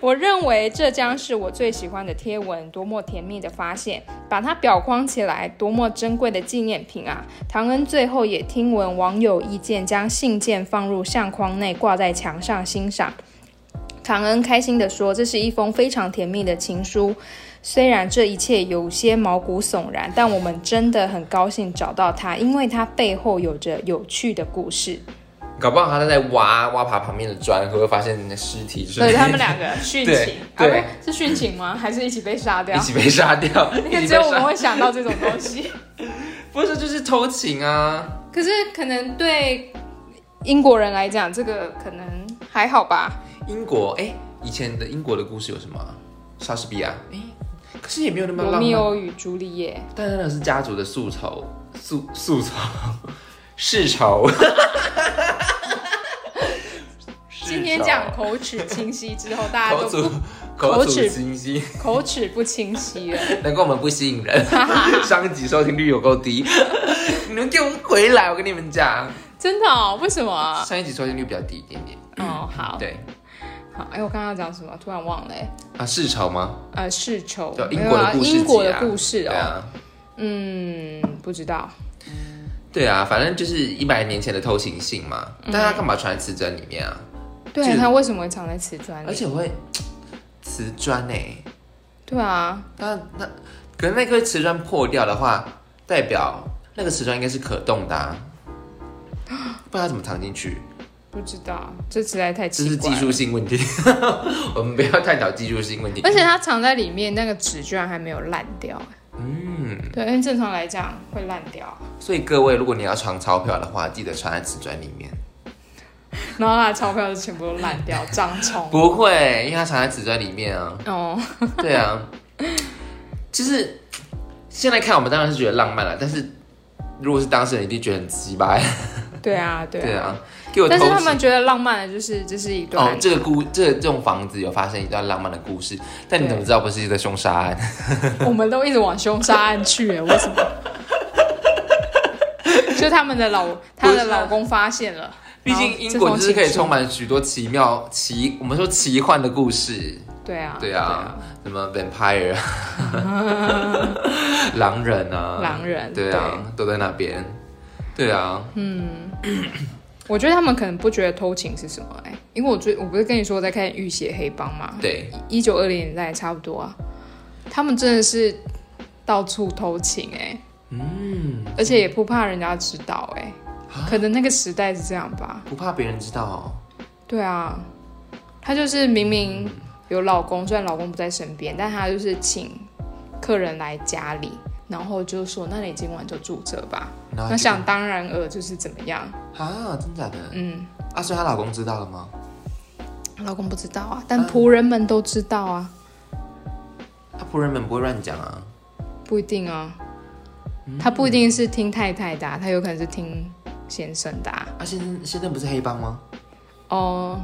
[SPEAKER 2] 我认为这将是我最喜欢的贴文，多么甜蜜的发现！把它裱框起来，多么珍贵的纪念品啊！唐恩最后也听闻网友意见，将信件放入相框内，挂在墙上欣赏。唐恩开心地说：“这是一封非常甜蜜的情书，虽然这一切有些毛骨悚然，但我们真的很高兴找到他，因为他背后有着有趣的故事。
[SPEAKER 1] 搞不好他在挖挖爬旁边的砖，会不会发现那尸体？”就是
[SPEAKER 2] 所以他们两个 殉
[SPEAKER 1] 对
[SPEAKER 2] 情，啊，不
[SPEAKER 1] 对
[SPEAKER 2] 是是殉情吗？还是一起被杀掉
[SPEAKER 1] 一？起被杀 掉，
[SPEAKER 2] 因
[SPEAKER 1] 一
[SPEAKER 2] 为
[SPEAKER 1] 起
[SPEAKER 2] 只有
[SPEAKER 1] 被
[SPEAKER 2] 我们
[SPEAKER 1] 杀，
[SPEAKER 2] 会想到这种东西。
[SPEAKER 1] 不是就是偷情啊？
[SPEAKER 2] 可是可能对英国人来讲，这个可能还好吧。
[SPEAKER 1] 英国哎，以前的英国的故事有什么啊？莎士比亚哎，可是也没有那么
[SPEAKER 2] 罗
[SPEAKER 1] 浪
[SPEAKER 2] 密
[SPEAKER 1] 漫，啊
[SPEAKER 2] 欧与朱丽叶，
[SPEAKER 1] 但那是家族的宿仇，宿宿仇， 世仇。世仇
[SPEAKER 2] 今天讲口齿清晰之后，大家
[SPEAKER 1] 口
[SPEAKER 2] 都
[SPEAKER 1] 齿
[SPEAKER 2] 不
[SPEAKER 1] 口
[SPEAKER 2] 口齿
[SPEAKER 1] 齿清晰，
[SPEAKER 2] 口齿不清 晰了。
[SPEAKER 1] 难怪我们不吸引 人。上一集收听率有够低，你们给我回来！我跟你们讲，
[SPEAKER 2] 真的哦？为什么啊？
[SPEAKER 1] 上一集收听率比较低一点点。
[SPEAKER 2] 哦，好，
[SPEAKER 1] 嗯对
[SPEAKER 2] 好，哎、我刚刚要讲什么？突然忘了、哎，
[SPEAKER 1] 啊，世仇吗？
[SPEAKER 2] 呃，世仇
[SPEAKER 1] 对，，
[SPEAKER 2] 没
[SPEAKER 1] 英
[SPEAKER 2] 有
[SPEAKER 1] 国的
[SPEAKER 2] 啊
[SPEAKER 1] 故事集啊、
[SPEAKER 2] 英国的故事哦、
[SPEAKER 1] 对啊，
[SPEAKER 2] 嗯，不知道，
[SPEAKER 1] 对啊，反正就是一百年前的偷情信嘛。
[SPEAKER 2] 嗯
[SPEAKER 1] 但他干嘛传在瓷砖里面啊？
[SPEAKER 2] 对
[SPEAKER 1] 就
[SPEAKER 2] 啊，
[SPEAKER 1] 是
[SPEAKER 2] 他为什么会藏在瓷砖
[SPEAKER 1] 而
[SPEAKER 2] 里？
[SPEAKER 1] 且我会瓷砖呢、欸，
[SPEAKER 2] 对啊，
[SPEAKER 1] 那那可能那颗瓷砖破掉的话，代表那个瓷砖应该是可动的、 啊，不然它怎么藏进去？
[SPEAKER 2] 不知道，这实在太
[SPEAKER 1] 这
[SPEAKER 2] 奇
[SPEAKER 1] 是
[SPEAKER 2] 怪
[SPEAKER 1] 技
[SPEAKER 2] 了。
[SPEAKER 1] 术性 问题，我们不要探讨技术性问题。
[SPEAKER 2] 而且它藏在里面，那个纸居然还没有烂掉、哎
[SPEAKER 1] 嗯，
[SPEAKER 2] 对，因为正常来讲会烂掉啊，
[SPEAKER 1] 所以各位，如果你要藏钞票的话，记得藏在瓷砖里面。
[SPEAKER 2] 然后它的钞票就全部都烂掉， 长虫。
[SPEAKER 1] 不会，因为它藏在瓷砖里面啊。
[SPEAKER 2] 哦，
[SPEAKER 1] 对啊，其实现在看我们当然是觉得浪漫了，但是如果是当事人，一定觉得很鸡巴。
[SPEAKER 2] 对啊，对啊。
[SPEAKER 1] 对啊，给我偷
[SPEAKER 2] 但是他
[SPEAKER 1] 袭。
[SPEAKER 2] 们觉得浪漫的就是这是一段、
[SPEAKER 1] 哦，这个故这这种房子有发生一段浪漫的故事，但你
[SPEAKER 2] 对
[SPEAKER 1] 怎么知道不是一个凶杀案？
[SPEAKER 2] 我们都一直往凶杀案去，哎为 什么？就他们的老，她的老公发现了。
[SPEAKER 1] 毕
[SPEAKER 2] 然
[SPEAKER 1] 竟
[SPEAKER 2] 后
[SPEAKER 1] 英
[SPEAKER 2] 这
[SPEAKER 1] 国
[SPEAKER 2] 封
[SPEAKER 1] 就是可以
[SPEAKER 2] 情书
[SPEAKER 1] 充满许多奇妙奇，我们说奇幻的故事，
[SPEAKER 2] 对啊，
[SPEAKER 1] 对啊，什么 vampire 啊狼人啊，
[SPEAKER 2] 狼人
[SPEAKER 1] 对啊，都在那边，对啊，
[SPEAKER 2] 我觉得他们可能不觉得偷情是什么、哎，因为我最我不是跟你说我在看《浴血黑帮》吗？
[SPEAKER 1] 对，
[SPEAKER 2] 一九二零年代差不多啊，他们真的是到处偷情、哎，
[SPEAKER 1] 嗯，
[SPEAKER 2] 而且也不怕人家知道、哎，可能那个时代是这样吧。
[SPEAKER 1] 不怕别人知道哦，
[SPEAKER 2] 对啊，她就是明明有老公，虽然老公不在身边，但她就是请客人来家里，然后就说：“那你今晚就住啊这吧。”
[SPEAKER 1] 然后
[SPEAKER 2] 那
[SPEAKER 1] 就
[SPEAKER 2] 想当然尔就是怎么样？
[SPEAKER 1] 啊，真假的？
[SPEAKER 2] 嗯，
[SPEAKER 1] 啊，所以她老公知道了吗？
[SPEAKER 2] 老公不知道啊，但仆人们都知道啊，
[SPEAKER 1] 啊，仆人们不会乱讲啊，
[SPEAKER 2] 不一定啊。
[SPEAKER 1] 嗯
[SPEAKER 2] 他不一定是听太太的啊、他有可能是听先生的啊、
[SPEAKER 1] 啊，先生先生不是黑帮吗？
[SPEAKER 2] 哦。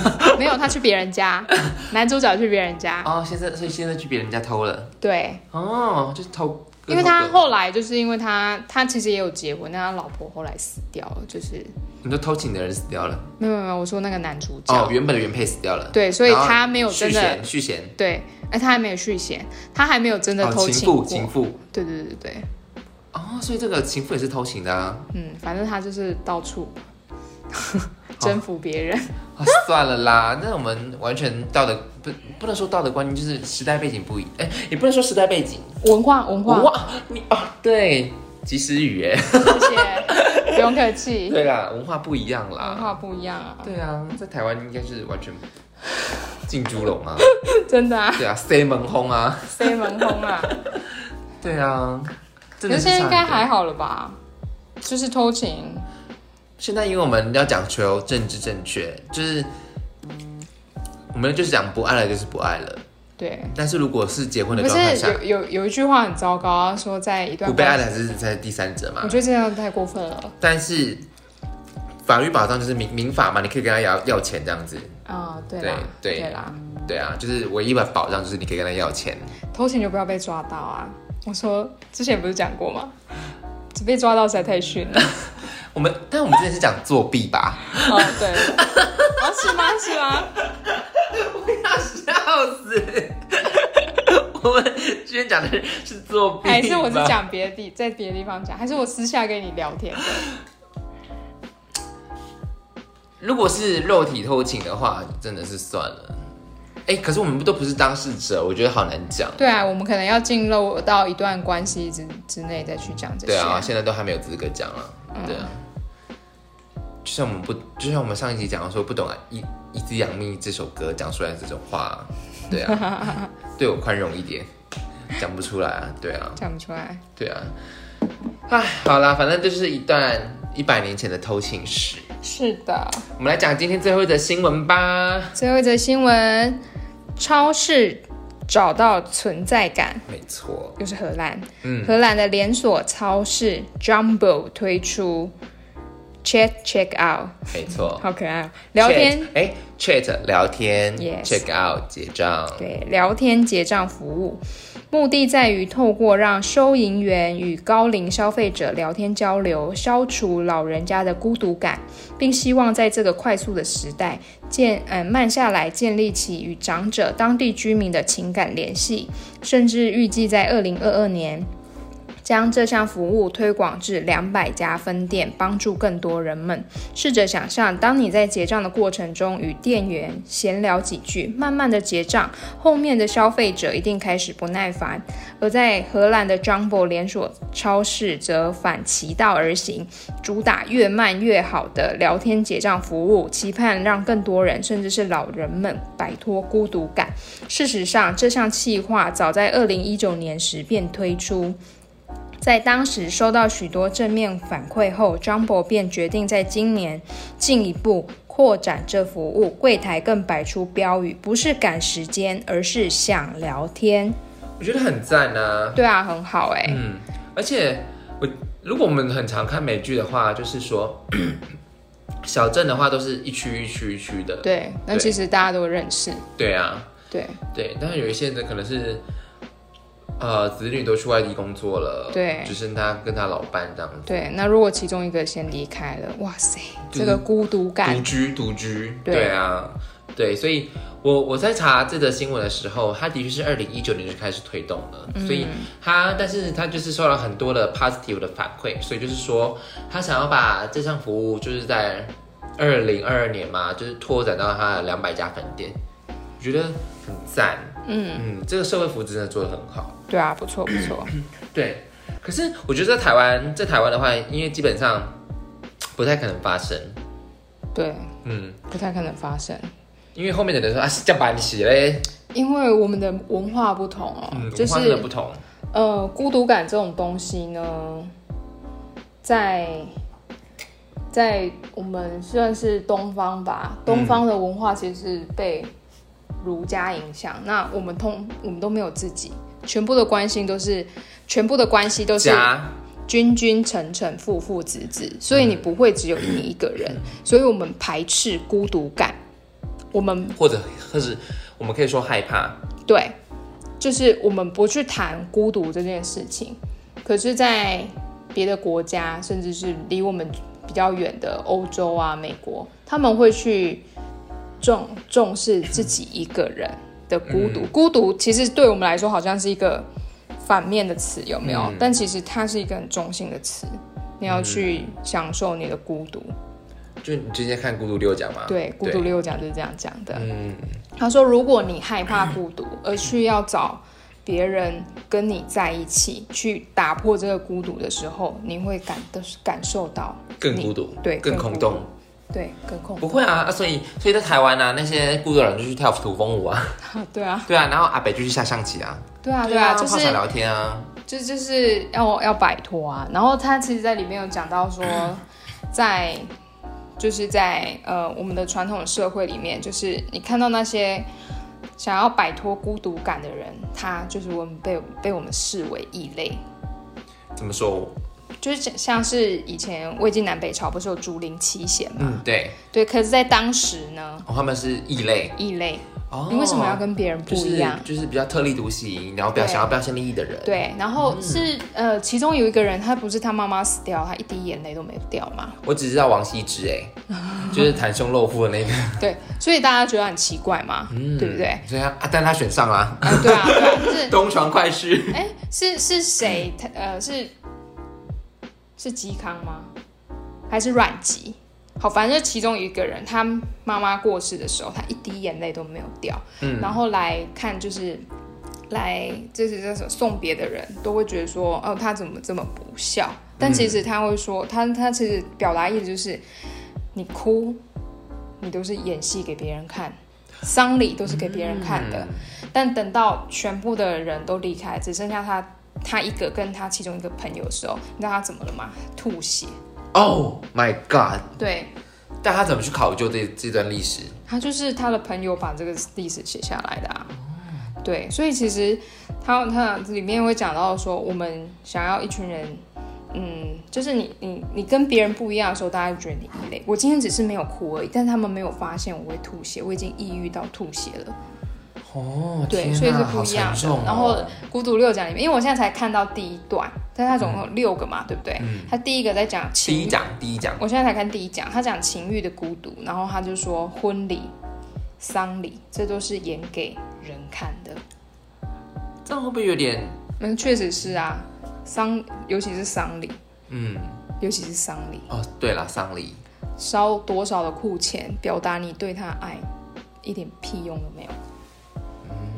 [SPEAKER 2] 没有，他去别 人家，男主角去别人家，
[SPEAKER 1] 哦，先生，所以先生去别人家偷了，
[SPEAKER 2] 对，
[SPEAKER 1] 哦，就是偷，
[SPEAKER 2] 因为
[SPEAKER 1] 偷
[SPEAKER 2] 他
[SPEAKER 1] 个
[SPEAKER 2] 后来就是因为他，他其实也有结婚，但他老婆后来死掉了，就是
[SPEAKER 1] 你说偷情的人死掉了，
[SPEAKER 2] 没有没有没有，我说那个男主角，
[SPEAKER 1] 哦，原本的原配死掉了，
[SPEAKER 2] 对，所以
[SPEAKER 1] 然后
[SPEAKER 2] 他没有真
[SPEAKER 1] 续
[SPEAKER 2] 的
[SPEAKER 1] 弦，续弦，
[SPEAKER 2] 对，哎，他还没有续弦，他还没有真的
[SPEAKER 1] 哦，
[SPEAKER 2] 偷
[SPEAKER 1] 情
[SPEAKER 2] 过，
[SPEAKER 1] 妇，情妇，
[SPEAKER 2] 对对对对，
[SPEAKER 1] 哦，所以这个情妇也是偷情的啊，
[SPEAKER 2] 嗯，反正他就是到处 征服别人，
[SPEAKER 1] 啊算了啦，那我们完全道德不不能说道德观念，就是时代背景不一，哎，也不能说时代背景，
[SPEAKER 2] 文化文化，
[SPEAKER 1] 哇，你啊，对，及时雨，哎，
[SPEAKER 2] 谢谢，不用客气，
[SPEAKER 1] 对啦，文化不一样
[SPEAKER 2] 文
[SPEAKER 1] 啦，
[SPEAKER 2] 化不一 样啊，
[SPEAKER 1] 对啊，在台湾应该是完全进猪笼啊，
[SPEAKER 2] 真的啊，
[SPEAKER 1] 对啊，塞门轰啊。
[SPEAKER 2] 塞门轰啊，
[SPEAKER 1] 对啊，
[SPEAKER 2] 可
[SPEAKER 1] 真的
[SPEAKER 2] 是
[SPEAKER 1] 是
[SPEAKER 2] 现在应该
[SPEAKER 1] 差很
[SPEAKER 2] 还
[SPEAKER 1] 多。
[SPEAKER 2] 好了吧？就是偷情，
[SPEAKER 1] 现在因为我们要讲求政治正确，就是我们就是讲不爱了就是不爱了。
[SPEAKER 2] 对。
[SPEAKER 1] 但是如果是结婚的
[SPEAKER 2] 不
[SPEAKER 1] 状态
[SPEAKER 2] 是
[SPEAKER 1] 下，
[SPEAKER 2] 有有有一句话很糟糕啊，说在一段
[SPEAKER 1] 不被爱
[SPEAKER 2] 关系，
[SPEAKER 1] 的还是在第三者嘛
[SPEAKER 2] 我。觉得这样太过分了
[SPEAKER 1] 但是法律保障就是民民法嘛，你可以跟他要要钱这样子。
[SPEAKER 2] 啊！对啦，
[SPEAKER 1] 对对
[SPEAKER 2] 啦，
[SPEAKER 1] 对啊，就是唯一的保障就是你可以跟他要钱。
[SPEAKER 2] 偷情就不要被抓到啊！我说之前不是讲过吗？只被抓到实在太逊 了。
[SPEAKER 1] 我们，但我们之前是讲作弊 吧？
[SPEAKER 2] 哦，对，啊是吗？是吗？
[SPEAKER 1] 笑死！ 我们之前讲的是作弊吧，
[SPEAKER 2] 还是我是讲别的地，在别的地方讲，还是我私下跟你聊天的？
[SPEAKER 1] 如果是肉体偷情的话，真的是算了。哎、可是我们都不是当事者，我觉得好难讲。
[SPEAKER 2] 对啊，我们可能要进入到一段关系之之内再去讲这些。
[SPEAKER 1] 对啊，现在都还没有资格讲啊。对啊，就像我们不，就像我们上一集讲到说不懂啊，一一只杨幂这首歌讲出来这种话、对啊， 对我宽容一点，讲不出来啊，对啊，
[SPEAKER 2] 讲不出来。
[SPEAKER 1] 对啊，唉，好啦，反正就是一段一百年前的偷情史。
[SPEAKER 2] 是的，
[SPEAKER 1] 我们来讲今天最后一则新闻吧。
[SPEAKER 2] 最后一则新闻：超市找到存在感。
[SPEAKER 1] 没错，
[SPEAKER 2] 又是荷兰，荷兰的连锁超市 Jumbo 推出 Chat Check Out，
[SPEAKER 1] 没错。
[SPEAKER 2] 好可爱、哦，聊天
[SPEAKER 1] Chat，哎，chat 聊天
[SPEAKER 2] Yes
[SPEAKER 1] ，check out 结账，
[SPEAKER 2] 对聊天结账服务，目的在于透过让收银员与高龄消费者聊天交流，消除老人家的孤独感，并希望在这个快速的时代建嗯、慢下来，建立起与长者、当地居民的情感联系，甚至预计在二零二二年。将这项服务推广至两百家分店，帮助更多人们。试着想象，当你在结账的过程中与店员闲聊几句，慢慢的结账，后面的消费者一定开始不耐烦。而在荷兰的 Jumbo 连锁超市则反其道而行，主打越慢越好的聊天结账服务，期盼让更多人，甚至是老人们摆脱孤独感。事实上，这项计划早在2019年时便推出。在当时收到许多正面反馈后，Jumbo 便决定在今年进一步扩展这服务。柜台更摆出标语，不是赶时间，而是想聊天。
[SPEAKER 1] 我觉得很赞啊。
[SPEAKER 2] 对啊，很好哎、
[SPEAKER 1] 而且我如果我们很常看美剧的话，就是说 小镇的话都是一区一区一区的，
[SPEAKER 2] 对，那
[SPEAKER 1] 对
[SPEAKER 2] 其实大家都认识。
[SPEAKER 1] 对啊，
[SPEAKER 2] 对
[SPEAKER 1] 对。但是有一些人可能是呃子女都去外地工作了，
[SPEAKER 2] 对
[SPEAKER 1] 只剩她跟她老伴这样子，
[SPEAKER 2] 对，那如果其中一个先离开了，哇塞，这个孤独
[SPEAKER 1] 独
[SPEAKER 2] 感，
[SPEAKER 1] 居独居，
[SPEAKER 2] 对
[SPEAKER 1] 对啊，对，所以我我在查这则新闻的时候，它的确是二零一九年就开始推动了，
[SPEAKER 2] 嗯
[SPEAKER 1] 所以它但是它就是受到很多的 positive 的反馈，所以就是说他想要把这项服务就是在二零二二年嘛，就是拓展到它的两百家分店，我觉得很赞，嗯嗯，这个社会服务真的做得很好。
[SPEAKER 2] 对啊，不错不错，
[SPEAKER 1] 对，可是我觉得在台湾，在台湾的话，因为基本上不太可能发生，
[SPEAKER 2] 对，
[SPEAKER 1] 嗯，
[SPEAKER 2] 不太可能发生，
[SPEAKER 1] 因为后面的人说啊，是叫板洗嘞，
[SPEAKER 2] 因为我们的文化不同哦，
[SPEAKER 1] 嗯，
[SPEAKER 2] 就
[SPEAKER 1] 文化真
[SPEAKER 2] 是
[SPEAKER 1] 的不同，
[SPEAKER 2] 呃，孤独感这种东西呢，在在我们算是东方吧，东方的文化其实是被儒家影响。那我们通我们都没有自己，全部的关心都是全部的关系都是
[SPEAKER 1] 家
[SPEAKER 2] 君君臣臣父父子子，所以你不会只有你一个人，所以我们排斥孤独感，我们
[SPEAKER 1] 或者或是我们可以说害怕，
[SPEAKER 2] 对，就是我们不去谈孤独这件事情，可是，在别的国家，甚至是离我们比较远的欧洲啊、美国，他们会去重重视自己一个人的孤独。孤独其实对我们来说好像是一个反面的词，有没有？
[SPEAKER 1] 嗯
[SPEAKER 2] 但其实它是一个很中性的词。你要去享受你的孤独，
[SPEAKER 1] 就你之前看《孤独六讲》嘛，
[SPEAKER 2] 啊对，孤独六讲就是这样讲的。
[SPEAKER 1] 嗯，
[SPEAKER 2] 他说，如果你害怕孤独，而去要找别人跟你在一起，去打破这个孤独的时候，你会感的感受到
[SPEAKER 1] 更
[SPEAKER 2] 你
[SPEAKER 1] 孤独，
[SPEAKER 2] 对
[SPEAKER 1] 更
[SPEAKER 2] 更
[SPEAKER 1] 空
[SPEAKER 2] 孤
[SPEAKER 1] 洞。
[SPEAKER 2] 对更恐
[SPEAKER 1] 不会啊，啊所以所以在台湾啊，那些孤独的人就去跳土风舞啊，
[SPEAKER 2] 怖。 对啊，
[SPEAKER 1] 对啊，然后阿北就去下象棋啊，
[SPEAKER 2] 对啊，对啊，就
[SPEAKER 1] 泡茶
[SPEAKER 2] 是
[SPEAKER 1] 聊天啊，
[SPEAKER 2] 就就是要要摆脱啊。然后他其实在里面有讲到说，在就是在呃我们的传统社会里面，就是你看到那些。想要摆脱孤独感的人，他就是我们被被我们视为异类，
[SPEAKER 1] 怎么说？
[SPEAKER 2] 就是像像是以前魏晋南北朝不是有竹林七贤嘛？
[SPEAKER 1] 嗯，对，
[SPEAKER 2] 对，可是，在当时呢，
[SPEAKER 1] 哦，他们是异类
[SPEAKER 2] 异类，
[SPEAKER 1] 哦。
[SPEAKER 2] 你为什么要跟别人不一样？
[SPEAKER 1] 就是，就是比较特立独行，然后表
[SPEAKER 2] 对
[SPEAKER 1] 想要标新立异的人。
[SPEAKER 2] 对，然后
[SPEAKER 1] 嗯
[SPEAKER 2] 是、呃，其中有一个人，他不是他妈妈死掉，他一滴眼泪都没有掉嘛？
[SPEAKER 1] 我只知道王羲之， 哎，就是袒胸露腹的那个，
[SPEAKER 2] 对，所以大家觉得很奇怪嘛，对不对？
[SPEAKER 1] 所以他啊，但他选上啦，
[SPEAKER 2] 啊，对啊，对啊，就是
[SPEAKER 1] 东床快婿。
[SPEAKER 2] 哎，是是谁？他呃，是是嵇康吗？还是阮籍？好，反正就其中一个人，他妈妈过世的时候，他一滴眼泪都没有掉。嗯，然后来看就是来这是这什么送别的人都会觉得说，哦，他怎么这么不孝？但其实他会说，他他其实表达意思就是，你哭，你都是演戏给别人看，丧礼都是给别人看的。但等到全部的人都离开，只剩下他他一个跟他其中一个朋友的时候，你知道他怎么了吗？吐血。
[SPEAKER 1] Oh my god！
[SPEAKER 2] 对，
[SPEAKER 1] 但他怎么去考究这这段历史？
[SPEAKER 2] 他就是他的朋友把这个历史写下来的啊。对，所以其实他他里面会讲到说，我们想要一群人，嗯，就是你你你跟别人不一样的时候，大家就觉得你异类。我今天只是没有哭而已，但他们没有发现我会吐血，我已经抑郁到吐血了。
[SPEAKER 1] 哦，
[SPEAKER 2] 对，
[SPEAKER 1] 天
[SPEAKER 2] 所以
[SPEAKER 1] 哪
[SPEAKER 2] 是不一样
[SPEAKER 1] 好
[SPEAKER 2] 的。
[SPEAKER 1] 沉重哦
[SPEAKER 2] 然后《孤独六讲》里面，因为我现在才看到第一段，但它总共有六个嘛，对不对？他第一个在讲情
[SPEAKER 1] 嗯第一讲，第一讲，
[SPEAKER 2] 我现在才看第一讲，他讲情欲的孤独，然后他就说婚礼、丧礼，这都是演给人看的。
[SPEAKER 1] 这样会不会有点
[SPEAKER 2] 嗯，确实是啊，丧尤其是丧礼，
[SPEAKER 1] 嗯？
[SPEAKER 2] 尤其是丧礼，
[SPEAKER 1] 哦，对了，丧礼，
[SPEAKER 2] 烧多少的库钱，表达你对他爱，一点屁用都没有。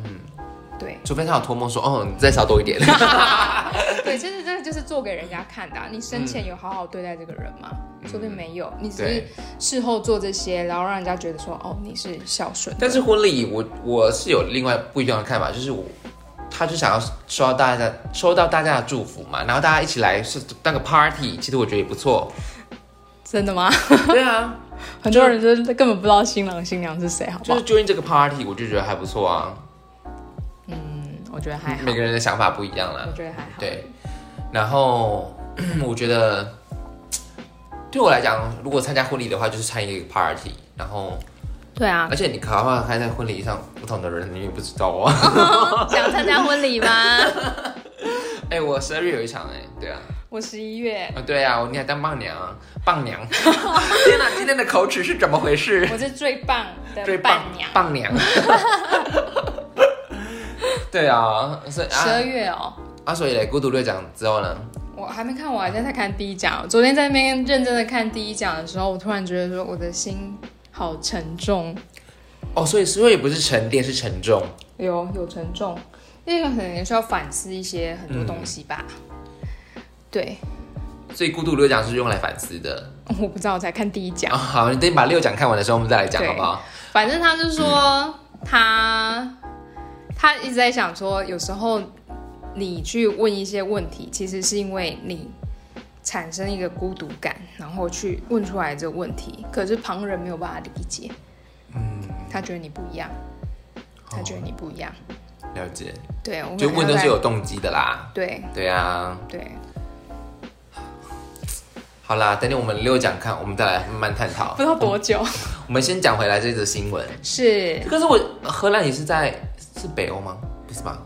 [SPEAKER 2] 嗯，对
[SPEAKER 1] 除非他有托梦说，哦，你再烧多一 点。
[SPEAKER 2] 对，其实这就是做给人家看的、啊。你生前有好好对待这个人吗？说不定没
[SPEAKER 1] 嗯
[SPEAKER 2] 有，你只是
[SPEAKER 1] 对
[SPEAKER 2] 事后做这些，然后让人家觉得说，哦，你是孝顺的。
[SPEAKER 1] 但是婚礼，我我是有另外不一样的看法，就是我，他就想要收到大家收到大家的祝福嘛，然后大家一起来是当个 party，其实我觉得也不 错。
[SPEAKER 2] 真的吗？
[SPEAKER 1] 对啊，
[SPEAKER 2] 很多人就是根本不知道新郎新娘是谁，好不
[SPEAKER 1] 就
[SPEAKER 2] 好？
[SPEAKER 1] 是 join 这个 party，我就觉得还不错啊。
[SPEAKER 2] 嗯，我觉得还好
[SPEAKER 1] 每，个人的想法不一样啦
[SPEAKER 2] 我。觉得还好。
[SPEAKER 1] 对，然后 我觉得 对我来讲，如果参加婚礼的话，就是参与一个 party，然后
[SPEAKER 2] 对啊，
[SPEAKER 1] 而且你考的话，还在婚礼上不同的人，你也不知道 啊。
[SPEAKER 2] 想参加婚礼吗？
[SPEAKER 1] 哎、我十二月有一场哎、对啊，
[SPEAKER 2] 我十一月，
[SPEAKER 1] 啊对啊，我你还当伴娘啊，伴 娘，天哪，今天的口齿是怎么回事？
[SPEAKER 2] 我是最棒
[SPEAKER 1] 最
[SPEAKER 2] 的
[SPEAKER 1] 棒
[SPEAKER 2] 伴娘。
[SPEAKER 1] 伴娘。 对啊，所以
[SPEAKER 2] 十二
[SPEAKER 1] 啊，
[SPEAKER 2] 月哦，
[SPEAKER 1] 啊所以嘞，孤独略讲之后呢，
[SPEAKER 2] 我还没看完，现在才看第一讲。昨天在那边认真的看第一讲的时候，我突然觉得说我的心好沉重，
[SPEAKER 1] 哦，所以所以不是沉淀，是沉重。
[SPEAKER 2] 有有沉重，那个可能需要反思一些很多东西吧。对，
[SPEAKER 1] 所以孤独六讲是用来反思的。
[SPEAKER 2] 我不知道，我才看第一讲
[SPEAKER 1] 啊、。好，你等你把六讲看完的时候，我们再来讲
[SPEAKER 2] 对
[SPEAKER 1] 好不好？
[SPEAKER 2] 反正他就说他他一直在想说，有时候你去问一些问题，其实是因为你产生一个孤独感，然后去问出来这个问题，可是旁人没有办法理解。嗯，哦他觉得你不一样，他觉得你不一样。
[SPEAKER 1] 哦了解，
[SPEAKER 2] 对，我
[SPEAKER 1] 就
[SPEAKER 2] 可能
[SPEAKER 1] 问都
[SPEAKER 2] 要
[SPEAKER 1] 是
[SPEAKER 2] 再
[SPEAKER 1] 有动机的啦。
[SPEAKER 2] 对
[SPEAKER 1] 对啊，
[SPEAKER 2] 对
[SPEAKER 1] 好啦，等你我们六讲看，我们再来慢慢探讨
[SPEAKER 2] 不。知道多久、
[SPEAKER 1] 我们先讲回来这则新闻。
[SPEAKER 2] 是
[SPEAKER 1] 可是我荷兰也是在是北欧吗？不是吧？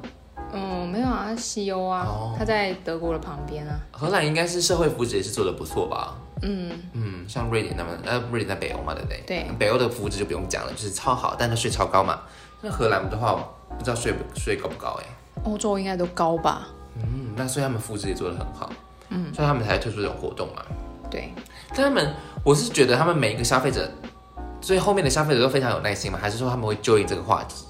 [SPEAKER 2] 嗯没有啊，西欧啊，
[SPEAKER 1] 哦
[SPEAKER 2] 他在德国的旁边啊。
[SPEAKER 1] 荷兰应该是社会福祉也是做的不错吧？嗯嗯，像瑞典他们，呃，瑞典在北欧嘛，对不对？
[SPEAKER 2] 对，
[SPEAKER 1] 北欧的福祉就不用讲了，就是超好，但它税超高嘛。那荷兰的话，不知道税不税高不高哎、
[SPEAKER 2] 欧洲应该都高吧？
[SPEAKER 1] 嗯，那所以他们福祉也做得很好，嗯，所以他们才推出这种活动嘛。
[SPEAKER 2] 对，
[SPEAKER 1] 但他们，我是觉得他们每一个消费者，最后面的消费者都非常有耐心嘛，还是说他们会就应这个话题？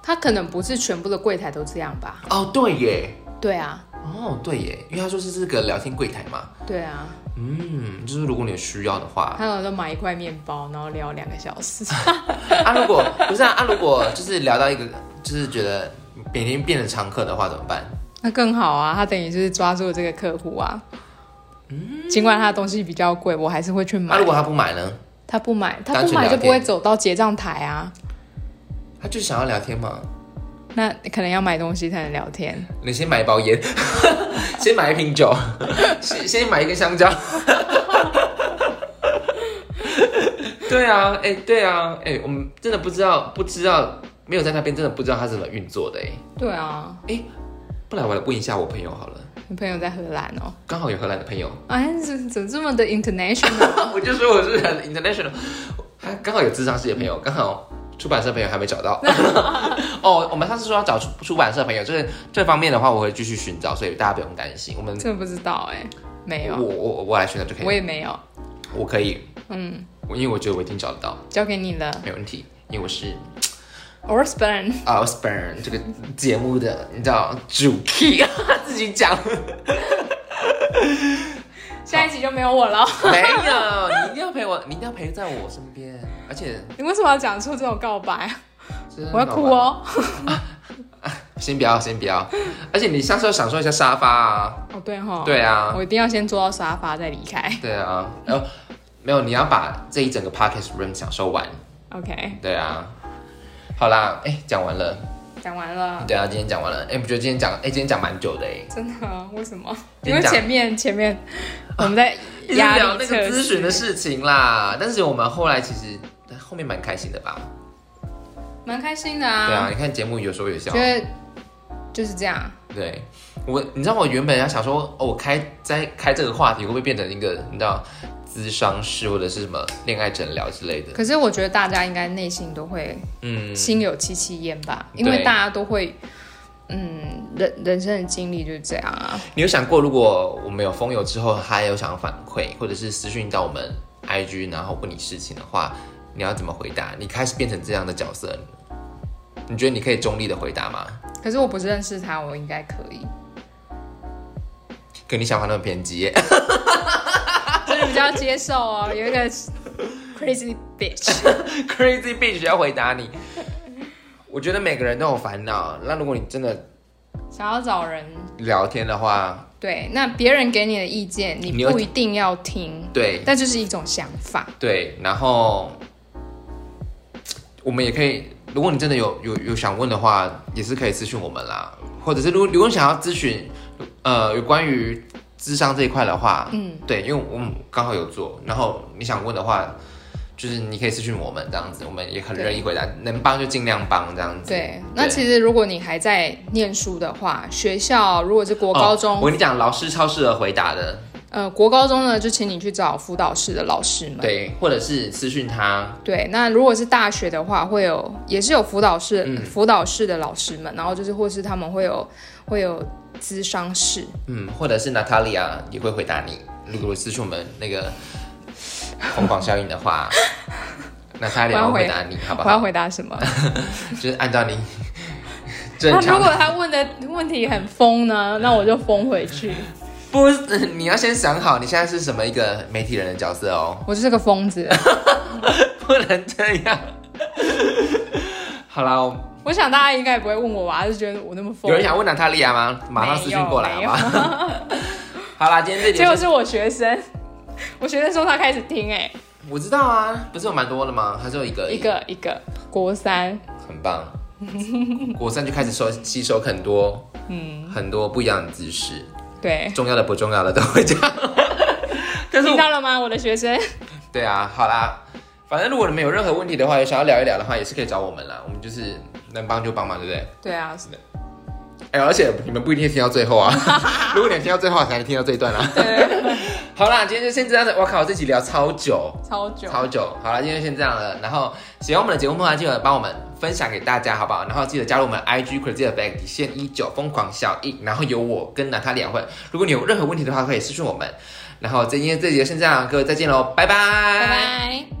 [SPEAKER 2] 他可能不是全部的柜台都这样吧？
[SPEAKER 1] 哦，对耶，
[SPEAKER 2] 对啊，
[SPEAKER 1] 哦对耶，因为他说是这个聊天柜台嘛，
[SPEAKER 2] 对啊，
[SPEAKER 1] 嗯，就是如果你有需要的话，
[SPEAKER 2] 还有人都买一块面包，然后聊两个小时。
[SPEAKER 1] 啊，如果不是啊，啊，如果就是聊到一个，就是觉得每天变成常客的话，怎么办？
[SPEAKER 2] 那更好啊，他等于就是抓住了这个客户啊。尽管他的东西比较贵，我还是会去
[SPEAKER 1] 啊，
[SPEAKER 2] 买
[SPEAKER 1] 如。果他不买呢？
[SPEAKER 2] 他不买，他
[SPEAKER 1] 单
[SPEAKER 2] 不
[SPEAKER 1] 纯
[SPEAKER 2] 买
[SPEAKER 1] 聊
[SPEAKER 2] 就
[SPEAKER 1] 天
[SPEAKER 2] 不会走到结账台啊。
[SPEAKER 1] 他就是想要聊天嘛。
[SPEAKER 2] 那可能要买东西才能聊天。
[SPEAKER 1] 你先买一包烟， 先买一瓶酒， 先先买一根香蕉。 对啊，哎、对啊，哎、我们真的不知道，不知道，没有在那边，真的不知道他怎么运作的哎、
[SPEAKER 2] 对啊，
[SPEAKER 1] 不然我来问一下我朋友好了，
[SPEAKER 2] 你朋友在荷兰哦。
[SPEAKER 1] 刚好有荷兰的朋友，
[SPEAKER 2] 哎，怎怎么这么的 international？
[SPEAKER 1] 我就说我是很 international，还刚好有智商系的朋友，刚好出版社朋友还没找到。 哦，我们上次说要找出出版社朋友，就是这方面的话，我会继续寻找，所以大家不用担心。我们
[SPEAKER 2] 真的不知道哎、没
[SPEAKER 1] 我
[SPEAKER 2] 有，
[SPEAKER 1] 我我来寻找就可以
[SPEAKER 2] 我
[SPEAKER 1] 了，
[SPEAKER 2] 也没有。
[SPEAKER 1] 我可以。嗯，我因为我觉得我一定找得到，
[SPEAKER 2] 交给你了
[SPEAKER 1] 没问题，因为我是
[SPEAKER 2] o r s p e n
[SPEAKER 1] o s b o r n 这个节目的你知道主 key，自 己讲
[SPEAKER 2] 下一集就没有我了。
[SPEAKER 1] 没有，你一定要陪我，你一定要陪在我身边，而且
[SPEAKER 2] 你为什么要讲出这种告 白？
[SPEAKER 1] 真的
[SPEAKER 2] 我要哭哦。
[SPEAKER 1] 先不要，先不要，而且你下次要享受一下沙发啊，
[SPEAKER 2] 哦，对哈，
[SPEAKER 1] 对啊
[SPEAKER 2] 我，一定要先坐到沙发再离开。
[SPEAKER 1] 对啊，然后没有，你要把这一整个 podcast room 享受完，
[SPEAKER 2] OK，
[SPEAKER 1] 对啊，好啦，哎、讲完了，
[SPEAKER 2] 讲完了，
[SPEAKER 1] 对啊，今天讲完了，哎、不觉得今天讲，哎、今天讲蛮久的哎、
[SPEAKER 2] 真的啊？为什么？
[SPEAKER 1] 你
[SPEAKER 2] 因为
[SPEAKER 1] 讲啊
[SPEAKER 2] 前面前面我们在
[SPEAKER 1] 一直
[SPEAKER 2] 压
[SPEAKER 1] 聊
[SPEAKER 2] 力
[SPEAKER 1] 那
[SPEAKER 2] 测
[SPEAKER 1] 个咨询的
[SPEAKER 2] 试，
[SPEAKER 1] 事情啦，但是我们后来其实后面蛮开心的吧？
[SPEAKER 2] 蛮开心的
[SPEAKER 1] 对啊，
[SPEAKER 2] 啊。
[SPEAKER 1] 你看节目有说有笑
[SPEAKER 2] 觉。得就是这样，
[SPEAKER 1] 对我，你知道我原本要想说，哦，我开在开这个话题会不会变成一个你知道咨商师或者是什么恋爱诊疗之类的？
[SPEAKER 2] 可是我觉得大家应该内心都会
[SPEAKER 1] 嗯，
[SPEAKER 2] 心有戚戚焉吧，因为
[SPEAKER 1] 对
[SPEAKER 2] 大家都会，嗯，人人生的经历就是这样啊。
[SPEAKER 1] 你有想过，如果我们有风友之后，他有想反馈或者是私讯到我们 IG，然后问你事情的话，你要怎么回答？你开始变成这样的角色，你觉得你可以中立的回答吗？
[SPEAKER 2] 可是我不认识他，我应该可以，
[SPEAKER 1] 可你想法都很偏激耶。
[SPEAKER 2] 就是比较接受哦。有一个 crazy bitch，
[SPEAKER 1] Crazy bitch 要回答你。我觉得每个人都有烦恼，那如果你真的
[SPEAKER 2] 想要找人
[SPEAKER 1] 聊天的话，
[SPEAKER 2] 对，那别人给你的意见，你
[SPEAKER 1] 你有
[SPEAKER 2] 不一定要听，
[SPEAKER 1] 对
[SPEAKER 2] 但就是一种想法。
[SPEAKER 1] 对，然后我们也可以，如果你真的有有有想问的话，也是可以咨询我们啦，或者是如果如果你想要咨询，呃，有关于智商这一块的话，
[SPEAKER 2] 嗯，
[SPEAKER 1] 对，因为我们刚好有做，然后你想问的话，就是你可以私讯我们这样子，我们也很
[SPEAKER 2] 对
[SPEAKER 1] 乐意回答，能帮就尽量帮这样子。
[SPEAKER 2] 对。那其实如果你还在念书的话，学校如果是国高中，
[SPEAKER 1] 哦我跟你讲，老师超适合回答的，
[SPEAKER 2] 呃，国高中呢，就请你去找辅导室的老师们。
[SPEAKER 1] 对，或者是私讯他，
[SPEAKER 2] 对，那如果是大学的话，会有也是有辅导室、
[SPEAKER 1] 嗯
[SPEAKER 2] 辅导室的老师们，然后就是或是他们会有会有咨商室，
[SPEAKER 1] 嗯，或者是娜塔莉亚也会回答你。如果私讯我们那个红榜效应的 话，娜塔莉亚会回答你，好不
[SPEAKER 2] 我要
[SPEAKER 1] 好？
[SPEAKER 2] 回答什么？
[SPEAKER 1] 就是按照 你
[SPEAKER 2] 那
[SPEAKER 1] 正
[SPEAKER 2] 如
[SPEAKER 1] 常
[SPEAKER 2] 果
[SPEAKER 1] 的，
[SPEAKER 2] 他问的问题很疯呢，那我就疯回去，
[SPEAKER 1] 不是，你要先想好你现在是什么一个媒体人的角色 哦，
[SPEAKER 2] 我就是个疯子。
[SPEAKER 1] 不能这样。好啦，我
[SPEAKER 2] 我想大家应该也不会问我吧，就觉得我那么疯
[SPEAKER 1] 有。人想问娜塔莉亚吗？马上私讯过来好
[SPEAKER 2] 没有
[SPEAKER 1] 吗？ 好啦，今天这集
[SPEAKER 2] 结果
[SPEAKER 1] 就是
[SPEAKER 2] 我学生， 我学生说他开始听、欸，
[SPEAKER 1] 我知道啊，不是有蛮多的吗？还是有一个而
[SPEAKER 2] 哎，
[SPEAKER 1] 已
[SPEAKER 2] 一个一个国三，
[SPEAKER 1] 很棒。 国三就开始收吸收很多，嗯，很多不一样的知识，
[SPEAKER 2] 对，
[SPEAKER 1] 重要的不重要的都会 讲。但是
[SPEAKER 2] 听
[SPEAKER 1] 我
[SPEAKER 2] 到了吗？我的学生，
[SPEAKER 1] 对啊，好啦，反正如果你们有任何问题的话，也想要聊一聊的话，也是可以找我们啦。我们就是能帮就帮忙，对不对？
[SPEAKER 2] 对啊，
[SPEAKER 1] 哎、而且你们不一定听到最后 啊，如果你们听到最后才能听到这一段啊。好啦，今天就先这样子。我靠，这集聊超久。
[SPEAKER 2] 超久，
[SPEAKER 1] 超久。好了，今天就先这样了。然后喜欢我们的节目的话，记得帮我们分享给大家，好不好？然后记得加入我们 IG Crazy Bag 底线一九疯狂效应，然后有我跟娜塔两会。如果你有任何问题的话，可以私讯我们。然后今天这集就先这样，各位再见喽，拜拜
[SPEAKER 2] 拜拜。